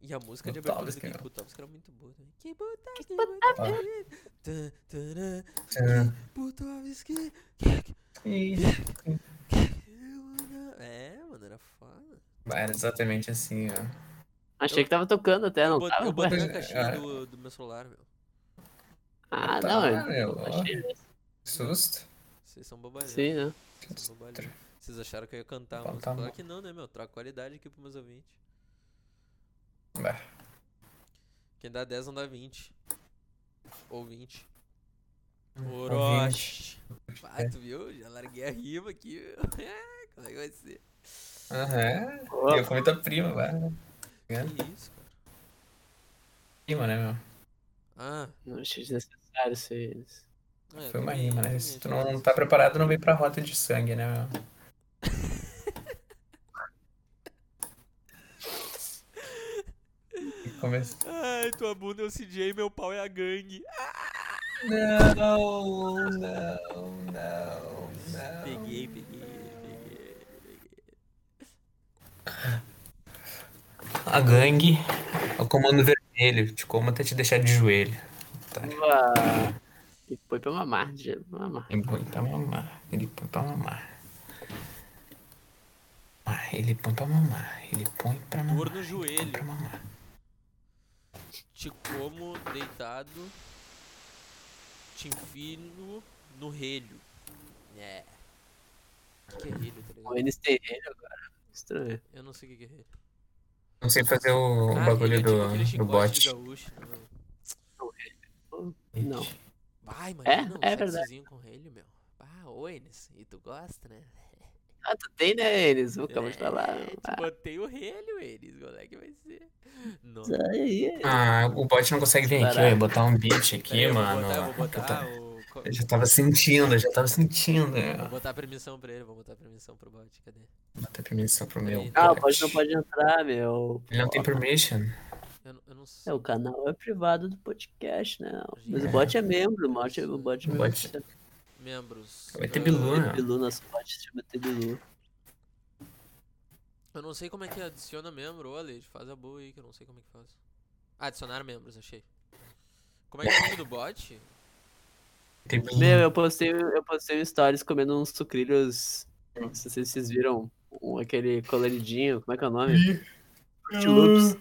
B: E a música de
A: Butovski,
B: abertura do
A: né?
B: Kik Butovski era muito boa também. Que Butovski, Butovski. Tan, taran, né? Butovski, Kik, Butovski. É, mano, era foda.
A: Era exatamente assim, ó.
C: Achei que tava tocando até, não tá
B: Eu bot-
C: tava?
B: Eu botei
A: ué.
B: na caixinha
A: É.
B: do, do meu celular, meu.
C: Ah,
A: Tá,
C: não,
A: meu,
C: eu
A: ó.
C: achei
A: Susto.
B: Vocês são bobalhões.
C: sim, né?
B: Vocês são bobalhões. Vocês acharam que eu ia cantar a
A: Tá,
B: música?
A: tá
B: Claro
A: bom.
B: que não, né, meu? Trago qualidade aqui pros meus ouvintes.
A: Bah.
B: Quem dá 10 não dá 20. Ou 20.
C: Hum,
B: Orochi. Ah, tu viu? Já larguei a rima aqui. viu? Como é que vai ser?
A: Aham.
C: Ó,
A: E eu comi tua prima, velho.
C: É?
B: Que isso, cara?
A: Rima, né, meu?
B: Ah,
C: Não achei desnecessário isso aí.
B: é,
A: Foi uma
B: também-
A: rima, né?
B: também
A: Se tu
B: achei
A: não
B: isso.
A: tá preparado, não vem pra rota de sangue, né, meu? E Começou.
B: Ai, tua bunda é o CJ, meu pau é a gangue.
A: Não, não, não, não.
B: Peguei, peguei, peguei. peguei.
A: A gangue é o comando vermelho. Te como até te deixar de joelho.
C: Uá. E foi pra mamar, já pra mamar.
A: Ele põe pra mamar. Ele põe pra mamar. Ah, Ele põe pra mamar. Ele põe pra mamar.
B: Dor no
A: ele põe
B: joelho.
A: pra mamar.
B: Te como deitado, te enfio no relho. É. O que é relho, tá
C: O
B: ligado?
C: Enes tem ele agora. Estranho.
B: Eu não sei o que que é relho.
A: Não sei fazer o, o bagulho
B: relho é tipo aquele
A: do, do
B: chicote
A: bot.
B: de gaúcho, né?
C: Não.
B: Vai, imagina um
C: é verdade.
B: sexozinho com relho, meu. Ah, ô Enes, e tu gosta, né?
C: Ah, tu tem, né, Enes? Vou acabar de falar.
B: É, te
C: Ah,
B: botei o relho, Enes, moleque, vai ser. Nossa.
C: isso aí.
A: Ah, o bot não consegue vir aqui, eu ia botar um beat
B: Peraí,
A: aqui,
B: eu vou
A: mano.
B: botar- eu vou
A: Puta,
B: botar o... co-
A: Eu já tava sentindo, eu já tava sentindo.
B: Vou
A: Eu
B: botar a permissão pra ele, vou botar a permissão pro bot, cadê?
A: Vou botar permissão pro meu.
C: Ah, o
A: bot.
C: bot não pode entrar, meu.
A: Ele não tem permission.
B: Eu, não- eu não sei.
C: É, o canal é privado do podcast, né? Mas
B: É.
C: o bot é membro, o bot é, o bot é
A: O
C: membro.
A: bot-
C: Você
B: Membros.
A: Vai ter
B: ah,
A: Bilu,
C: é
A: né?
C: Bilu, nosso bot se chama Bilu.
B: Eu não sei como é que adiciona membro, ô Alex, faz a boa aí que eu não sei como é que faz. Ah, adicionar membros, achei. Como é que é o nome do bot?
A: Tem
C: Meu, eu postei, eu postei um stories comendo uns sucrilhos. Não sei se vocês viram um, aquele coloridinho, como é que é o nome? Frutiloops.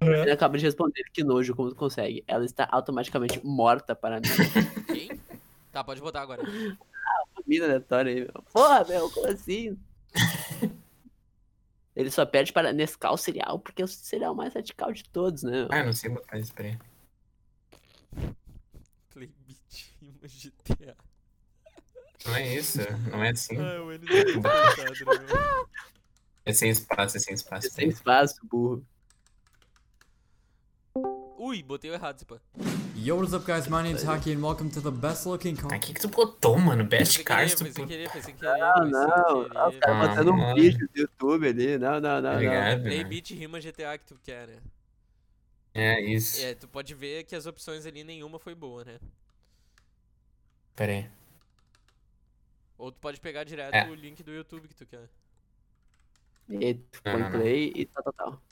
C: Ele acaba de responder que nojo, como tu consegue? Ela está automaticamente morta para mim.
B: Quem? Tá, pode botar agora.
C: Comida aleatória aí, meu. Porra, meu, como assim? Ele só perde para Nescau cereal, porque é o cereal mais radical de todos, né? meu?
A: Ah, eu não sei botar isso, peraí.
B: Playbit Image GTA.
A: Não é isso, não é assim.
B: Ah, o N é coitado, né? meu?
A: É sem espaço, é sem espaço.
C: Sem espaço, burro.
B: Ui, botei o errado, Zipa.
D: Yo, what is up, guys? My name's Haki, and welcome to the best looking con-
A: Mas que que tu botou, mano? Best
B: Sem querer,
A: Cars,
B: foi
A: tu
B: sem
A: botou.
B: querer, foi sem querer.
C: Não,
B: foi sem
C: não. Ah, Os
B: querer.
A: Ah,
C: caras botando um
A: mano.
C: vídeo do YouTube ali. Não, não, Ah, não, não.
A: Obrigado. né?
B: Playbit rima GTA que tu quer, né?
A: É isso.
B: É, tu pode ver que as opções ali nenhuma foi boa, né?
A: Pera aí.
B: Ou tu pode pegar direto
A: É.
B: o link do YouTube que tu quer.
C: E aí tu
A: Não,
C: põe
A: não, não.
C: play e tal, tal, tal.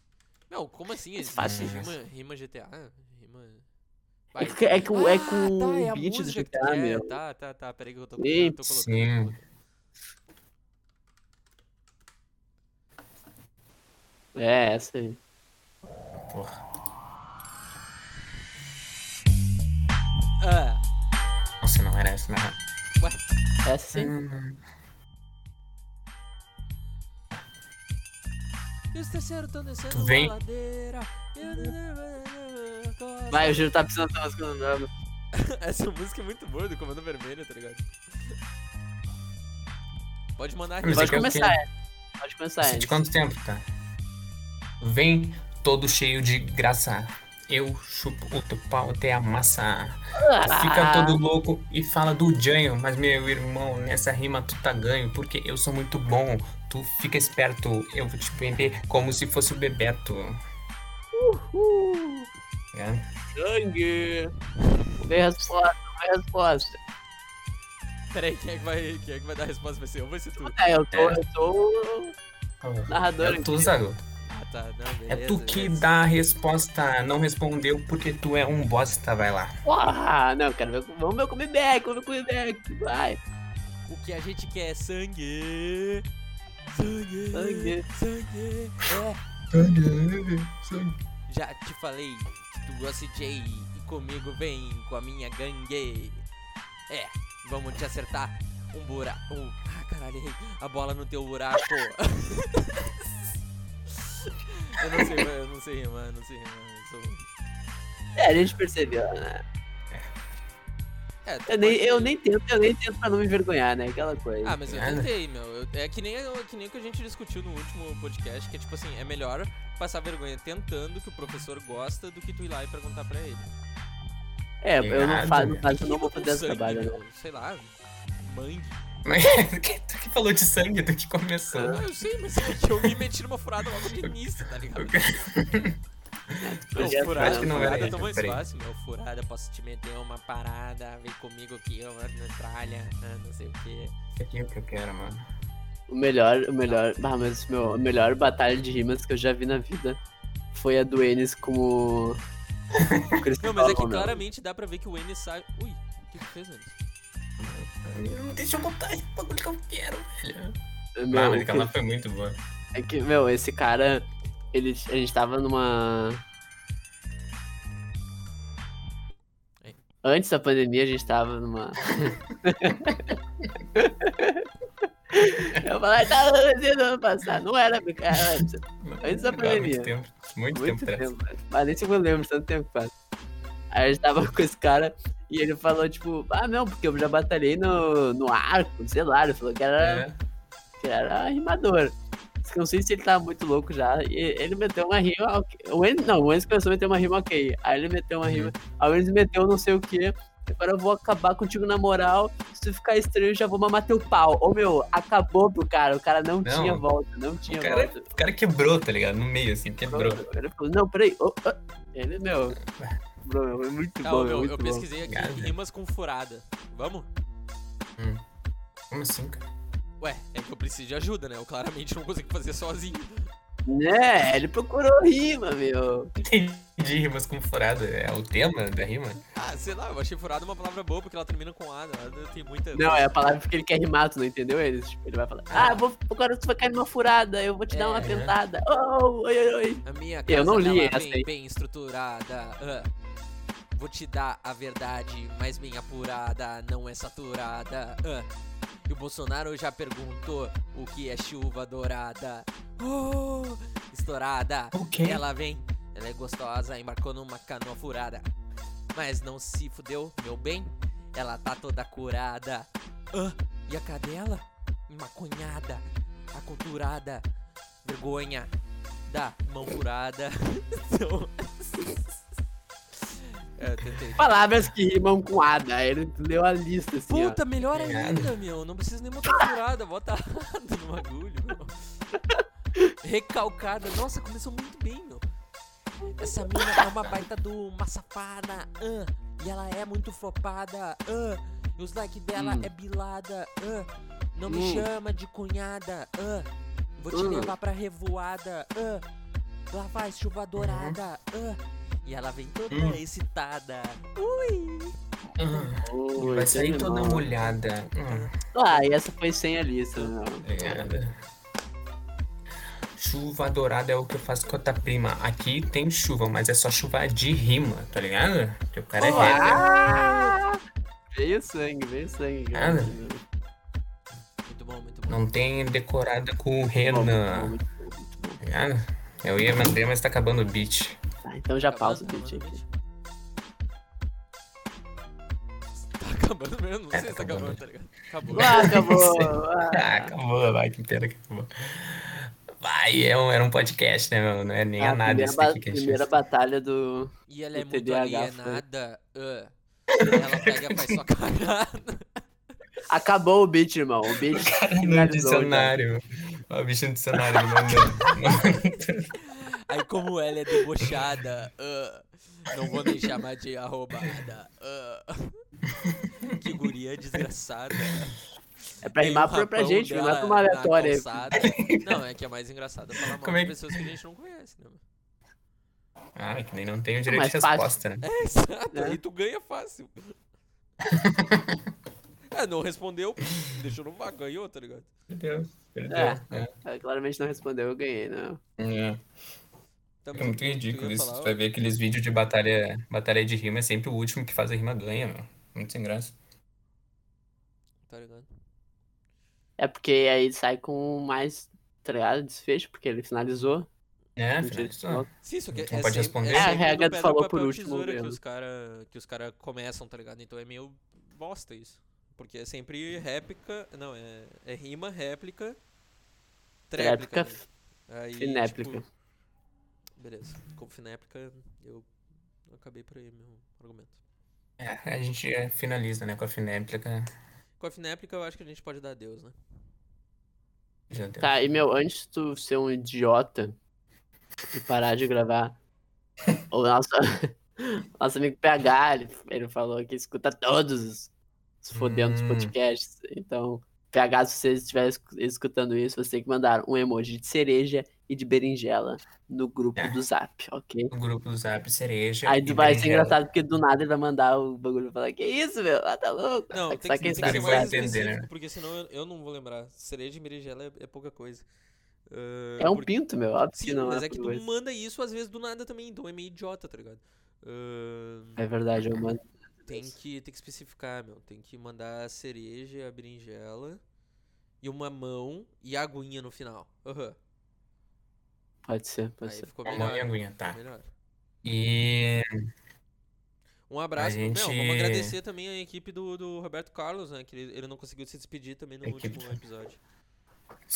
B: Não, como assim? Existe
C: É fácil.
B: rima, rima GTA? Rima.
C: É que, é que, o- é que o
B: tá, é a
C: beat do
B: música que tu
C: GTA,
B: quer.
C: meu.
B: Tá, tá, tá. Peraí que eu tô,
C: Sim,
B: eu tô colocando.
A: sim.
C: É, essa aí.
B: Ah,
A: Nossa, não era essa, não.
C: Essa sim.
A: Hum.
B: e os terceiros estão descendo
A: Tu vem.
B: uma ladeira.
C: Vai, o Giro tá precisando de umas coisas novas.
B: Essa música é muito boa do Comando Vermelho, tá ligado? Pode mandar aqui.
A: Mas
C: Pode
A: é que eu
C: começar, é. Pode começar,
A: Isso
C: é.
A: De quanto tempo, tá? Vem todo cheio de graça. Eu chupo o teu pau até a massa.
C: Ah,
A: Fica todo louco e fala do Janho. Mas, meu irmão, nessa rima tu tá ganho. Porque eu sou muito bom. Tu fica esperto. Eu vou te prender como se fosse o Bebeto.
C: Uhul.
A: né?
C: Sangue. Vem resposta, vem resposta.
B: Pera aí, quem é que vai, quem é que vai dar a resposta? Vai ser eu ou vai ser tu?
C: É, eu tô,
A: É.
C: eu tô o narrador
A: É
C: aqui.
A: tu, Zago.
B: Ah, tá, não, beleza.
A: É tu que
B: beleza.
A: dá a resposta. Não respondeu porque tu é um bosta. Vai lá.
C: Porra, não, cara, meu- vamos ver o comeback, vamos ver o comeback, vai.
B: O que a gente quer é sangue. Sangue.
C: Sangue.
B: Sangue. É. Já te falei que tu gosta de Jay e comigo vem com a minha gangue. É, vamos te acertar um buraco. Ah, caralho, errei. A bola no teu buraco. eu não sei, eu não sei rimar, eu não sei rimar. Eu sou...
C: É, a gente percebeu, né?
B: É, tu
C: Eu nem,
B: pode-
C: eu nem tento, eu nem tento pra não me envergonhar, né? Aquela coisa.
B: Ah, mas eu
A: Ah, né?
B: tentei, meu. Eu- É que nem, o- que nem o que a gente discutiu no último podcast, que é tipo assim, é melhor passar vergonha tentando que o professor gosta do que tu ir lá e perguntar pra ele.
C: é, eu não
A: Obrigado,
C: faço, não
A: né?
C: faço, eu não vou
B: Com
C: fazer né? esse
B: sangue,
C: trabalho, não.
B: meu, Sei lá, mangue.
A: Mas É que- tu que falou de sangue, tu que começou.
B: Ah, eu sei, mas é que eu me meti numa furada logo no início, tá ligado? Não,
C: Projeto,
B: furada,
A: acho que não
B: furada
A: era
B: é tão
A: isso,
B: mais
A: peraí.
B: fácil, meu. Furada, posso te meter uma parada, vem comigo aqui, eu ando na tralha, ah, não sei o quê.
A: Isso aqui é o que eu quero, mano.
C: O melhor, o melhor, ah, mas meu, a melhor batalha de rimas que eu já vi na vida foi a do Enes com o. com o
B: Não,
C: Cristóvão,
B: mas é que
C: meu.
B: claramente dá pra ver que o N sabe. Ui, o que que fez antes?
A: Não Deixa eu botar esse bagulho que eu quero, velho.
C: Meu,
A: Ah,
C: o
A: mas aquela foi muito boa.
C: É que, meu, esse cara. Ele, a gente tava numa.
B: Ei.
C: Antes da pandemia, a gente tava numa. Eu falei, tava acontecendo ano passado. Não era, cara. Antes, antes da
A: Ah,
C: pandemia.
A: Muito tempo, muito,
C: Muito
A: tempo atrás.
C: tempo. Mas nem se eu lembro, tanto tempo que faz. Aí a gente tava com esse cara e ele falou, tipo, ah, não, porque eu já batalhei no, no arco, sei lá. Ele falou que era
A: É.
C: que era rimador. Só que eu Não sei se ele tava muito louco já. E ele meteu uma rima. ok. O Enes, não, o Enes começou a meter uma rima ok. Aí ele meteu uma rima.
A: Uhum.
C: Aí o Enes meteu não sei o que. Agora eu vou acabar contigo na moral. Se tu ficar estranho, eu já vou mamar teu pau. Ô meu, acabou pro cara. O cara não,
A: Não.
C: tinha volta, não tinha
A: O cara, é
C: volta.
A: o cara quebrou, tá ligado? No meio, assim, quebrou.
C: Ele falou, não, peraí. ô, ô. Ele, meu. Bro, foi muito
B: Tá,
C: bom,
B: ô, meu,
C: meu,
B: eu
C: muito bom.
B: pesquisei aqui
A: Cara.
B: rimas com furada. Vamos?
A: Como assim, cara?
B: Ué, é que eu preciso de ajuda, né? Eu claramente não consigo fazer sozinho.
C: Né, ele procurou rima, meu.
A: Entendi rimas com furada. É o tema da rima?
B: Ah, sei lá, eu achei furada uma palavra boa porque ela termina com A, né? Ela tem muita.
C: Não, é a palavra porque ele quer rimar, tu não entendeu eles? Tipo, ele vai falar, ah, vou, agora tu vai cair numa furada, eu vou te dar uma
B: É.
C: tentada. Oh, oi, oi, oi.
B: A minha casa
C: Eu não li
B: ela
C: essa
B: vem
C: aí.
B: bem estruturada. ah. Vou te dar a verdade, mas bem apurada, não é saturada. ah. E o Bolsonaro já perguntou o que é chuva dourada. Uh, estourada.
A: O quê?
B: Ela vem, ela é gostosa, embarcou numa canoa furada. Mas não se fudeu, meu bem. Ela tá toda curada. Ah, e a cadela? Maconhada, aculturada, vergonha da mão furada. então... é, eu tentei.
C: Palavras que rimam com ada. Ele leu a lista assim. ó.
B: Puta, melhor
A: Obrigado.
B: ainda, meu. Não precisa nem botar furada, bota arado no bagulho, meu. Recalcada. Nossa, começou muito bem, meu. Essa mina é uma baita do uma safada. ah, e ela é muito flopada. ah, e os likes dela
C: Hum.
B: é bilada. ah, não me
C: Hum.
B: chama de cunhada. ah, vou te
C: Hum.
B: levar pra revoada. ah, lá vai chuva dourada. ah, e ela vem toda
A: Hum.
B: excitada.
A: Hum,
C: Oi,
A: vai sair
C: terminou.
A: toda molhada. Hum,
C: Ah, e essa foi sem a lista, né? meu.
A: é. Chuva dourada é o que eu faço com a outra prima. Aqui tem chuva, mas é só chuva de rima, tá ligado? Porque o cara é rapper.
C: Ah! Veio sangue, veio sangue. cara.
A: Nada.
B: Muito bom, muito bom.
A: Não tem decorada com o
C: Muito bom,
A: Renan,
C: muito bom, muito bom.
A: tá ligado? Eu ia mandar, mas tá acabando o beat.
C: Tá, então já
B: Acabando,
C: pausa o
B: acabando,
C: beat aqui.
B: gente. Tá acabando mesmo, não sei
A: É,
B: se
A: tá
B: tá
A: acabando.
B: acabando, tá ligado? Acabou.
C: Ah, acabou.
A: Ah,
C: Ah,
A: acabou, vai, que pena que acabou. Vai, é um, era um podcast, né, meu? Não é nem
C: a
A: nada
C: Ah, primeira,
A: isso
C: ba-
A: aqui que é a gente
C: primeira batalha do.
B: E ela
C: O
B: é muito
C: TDAH foi.
B: alienada. ah. Ela pega e faz sua cagada.
C: Acabou o beat, irmão. O beat.
A: no
C: finalizou já.
A: dicionário. Ó, o bicho no dicionário. ele mandou.
B: Aí como ela é debochada, ah, não vou nem chamar de arrombada. ah. Que guria desgraçada.
C: É
B: Tem
C: pra
B: um o
C: rimar pra, pra
B: rapão
C: gente, rimar
B: dela
C: pra uma
B: na
C: aleatória. aí.
B: calçada. Não, é que é mais engraçado falar mal
A: Como é
B: de
A: que-
B: pessoas que a gente não conhece, né?
A: ah, que nem não tem o direito
C: Mas
A: de
C: fácil.
A: resposta, né?
B: É, exato.
C: Né?
B: Aí tu ganha fácil. é, não respondeu, deixou no vácuo, ganhou, tá ligado?
A: Perdeu, perdeu.
C: É.
A: É.
C: Ela claramente não respondeu, eu ganhei, né? não.
A: É.
B: Tá
A: É muito
B: tu ia
A: ridículo isso.
B: falar,
A: Tu
B: ó,
A: vai ver aqueles vídeos de batalha, batalha de rima, é sempre o último que faz a rima ganha, meu. Muito sem graça.
B: Tá ligado?
C: É porque aí sai com mais, tá ligado? Desfecho, porque ele finalizou.
A: É,
C: do
A: afinal,
C: jeito
A: isso
C: que
A: não.
C: tu-
B: Sim, isso aqui
A: Não pode
B: é sempre-
A: responder.
B: É,
A: É,
B: sempre do
C: a Agatha
B: pedra,
C: falou
B: papel,
C: por último
B: tesoura que
C: mesmo.
B: os cara que os cara começam, tá ligado? Então é meio bosta isso. Porque é sempre réplica, não, é, é rima, réplica, tréplica.
C: Tréplica,
B: né? Aí,
C: Finéplica.
B: tipo, beleza. Como finéplica, eu acabei por aí meu argumento.
A: É, a gente é, finaliza, né, com a finéplica.
B: Com a finéplica, eu acho que a gente pode dar adeus, né?
A: Já
B: É.
A: deu.
C: Tá, e meu, antes de tu ser um idiota e parar de gravar, o nosso, nosso amigo PH, ele, ele falou que escuta todos os, os fodendo dos
A: Hum.
C: podcasts. Então, PH, se você estiver escu- escutando isso, você tem que mandar um emoji de cereja e de berinjela no grupo
A: É.
C: do Zap, ok?
A: O grupo do Zap Cereja.
C: Aí
A: e
C: tu vai ser
A: Berinjela.
C: engraçado porque do nada ele vai mandar o bagulho e falar: Que isso, meu? Ah, tá louco?
B: Não,
C: Só que
B: tem
C: só
B: que,
C: quem
B: tem que
C: sabe
B: ser
A: Ele
B: mais
A: vai
C: sabe.
A: entender,
B: específico,
A: né?
B: assim, porque senão eu, eu não vou lembrar. Cereja de berinjela é, é pouca coisa. Ah,
C: É um
B: porque-
C: pinto, meu. Óbvio que
B: Sim,
C: não
B: mas
C: é,
B: é que
C: por
B: tu
C: coisa.
B: manda isso às vezes do nada também, então é meio idiota, tá ligado? Ahn,
C: É verdade, eu mando.
B: tem, que, tem que especificar, meu. Tem que mandar a cereja, a berinjela e uma mão e a aguinha no final. Aham.
C: Pode ser, pode
B: Aí
C: ser.
B: ficou
A: Mão e
B: melhor.
A: aguinha, tá.
B: melhor.
A: E
B: Um abraço. pro- Não,
A: gente-
B: vamos agradecer também a equipe do, do Roberto Carlos, né? Que ele, ele não conseguiu se despedir também no
A: A equipe-
B: último episódio.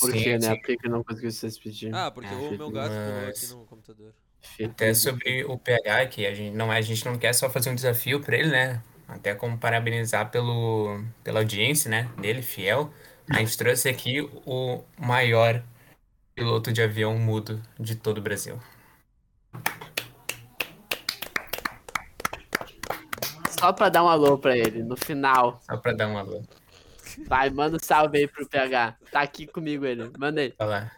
C: Por
A: sim,
C: quê, né?
A: sim.
C: Por que que eu não consegui se despedir?
B: Ah, porque
C: Ah,
B: o meu gato pulou aqui
A: mas-
B: no computador.
C: Filho.
A: Até sobre o PH, que a gente não, a gente não quer só fazer um desafio para ele, né? Até como parabenizar pelo, pela audiência, né? Dele, fiel. A gente trouxe aqui o maior piloto de avião mudo de todo o Brasil.
C: Só pra dar um alô pra ele, no final.
A: Só para dar um alô.
C: Vai, manda um salve aí pro PH. Tá aqui comigo ele. Manda aí.
A: Vai lá.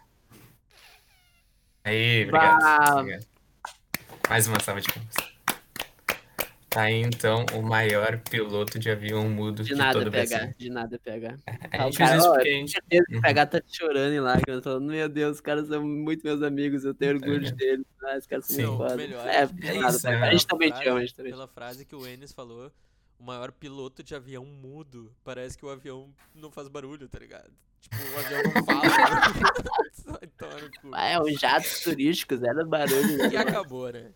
A: Aí, obrigado.
C: Bah.
A: obrigado. Mais uma salva de palmas. Tá aí, então, o maior piloto de avião mudo de,
C: De nada,
A: todo o Brasil. É
C: PH. De nada, PH.
A: A gente fez
C: Cara,
A: isso
C: ó,
A: porque a gente...
C: certeza que o PH tá chorando em lágrimas, falando, meu Deus, os caras são muito meus amigos, eu tenho orgulho
A: ligado?
C: deles. Ah, os caras
A: Sim.
C: são foda.
B: Melhor.
C: É,
B: É
C: de nada,
A: isso,
C: PH.
A: né?
C: A gente também te
B: Frase-
C: ama, a gente também te ama.
B: Pela frase que o Enes falou, o maior piloto de avião mudo, parece que o avião não faz barulho, tá ligado? Tipo, o avião não fala. Só toma no cu.
C: Ah, é um jato turístico, zero barulho.
B: E acabou, né?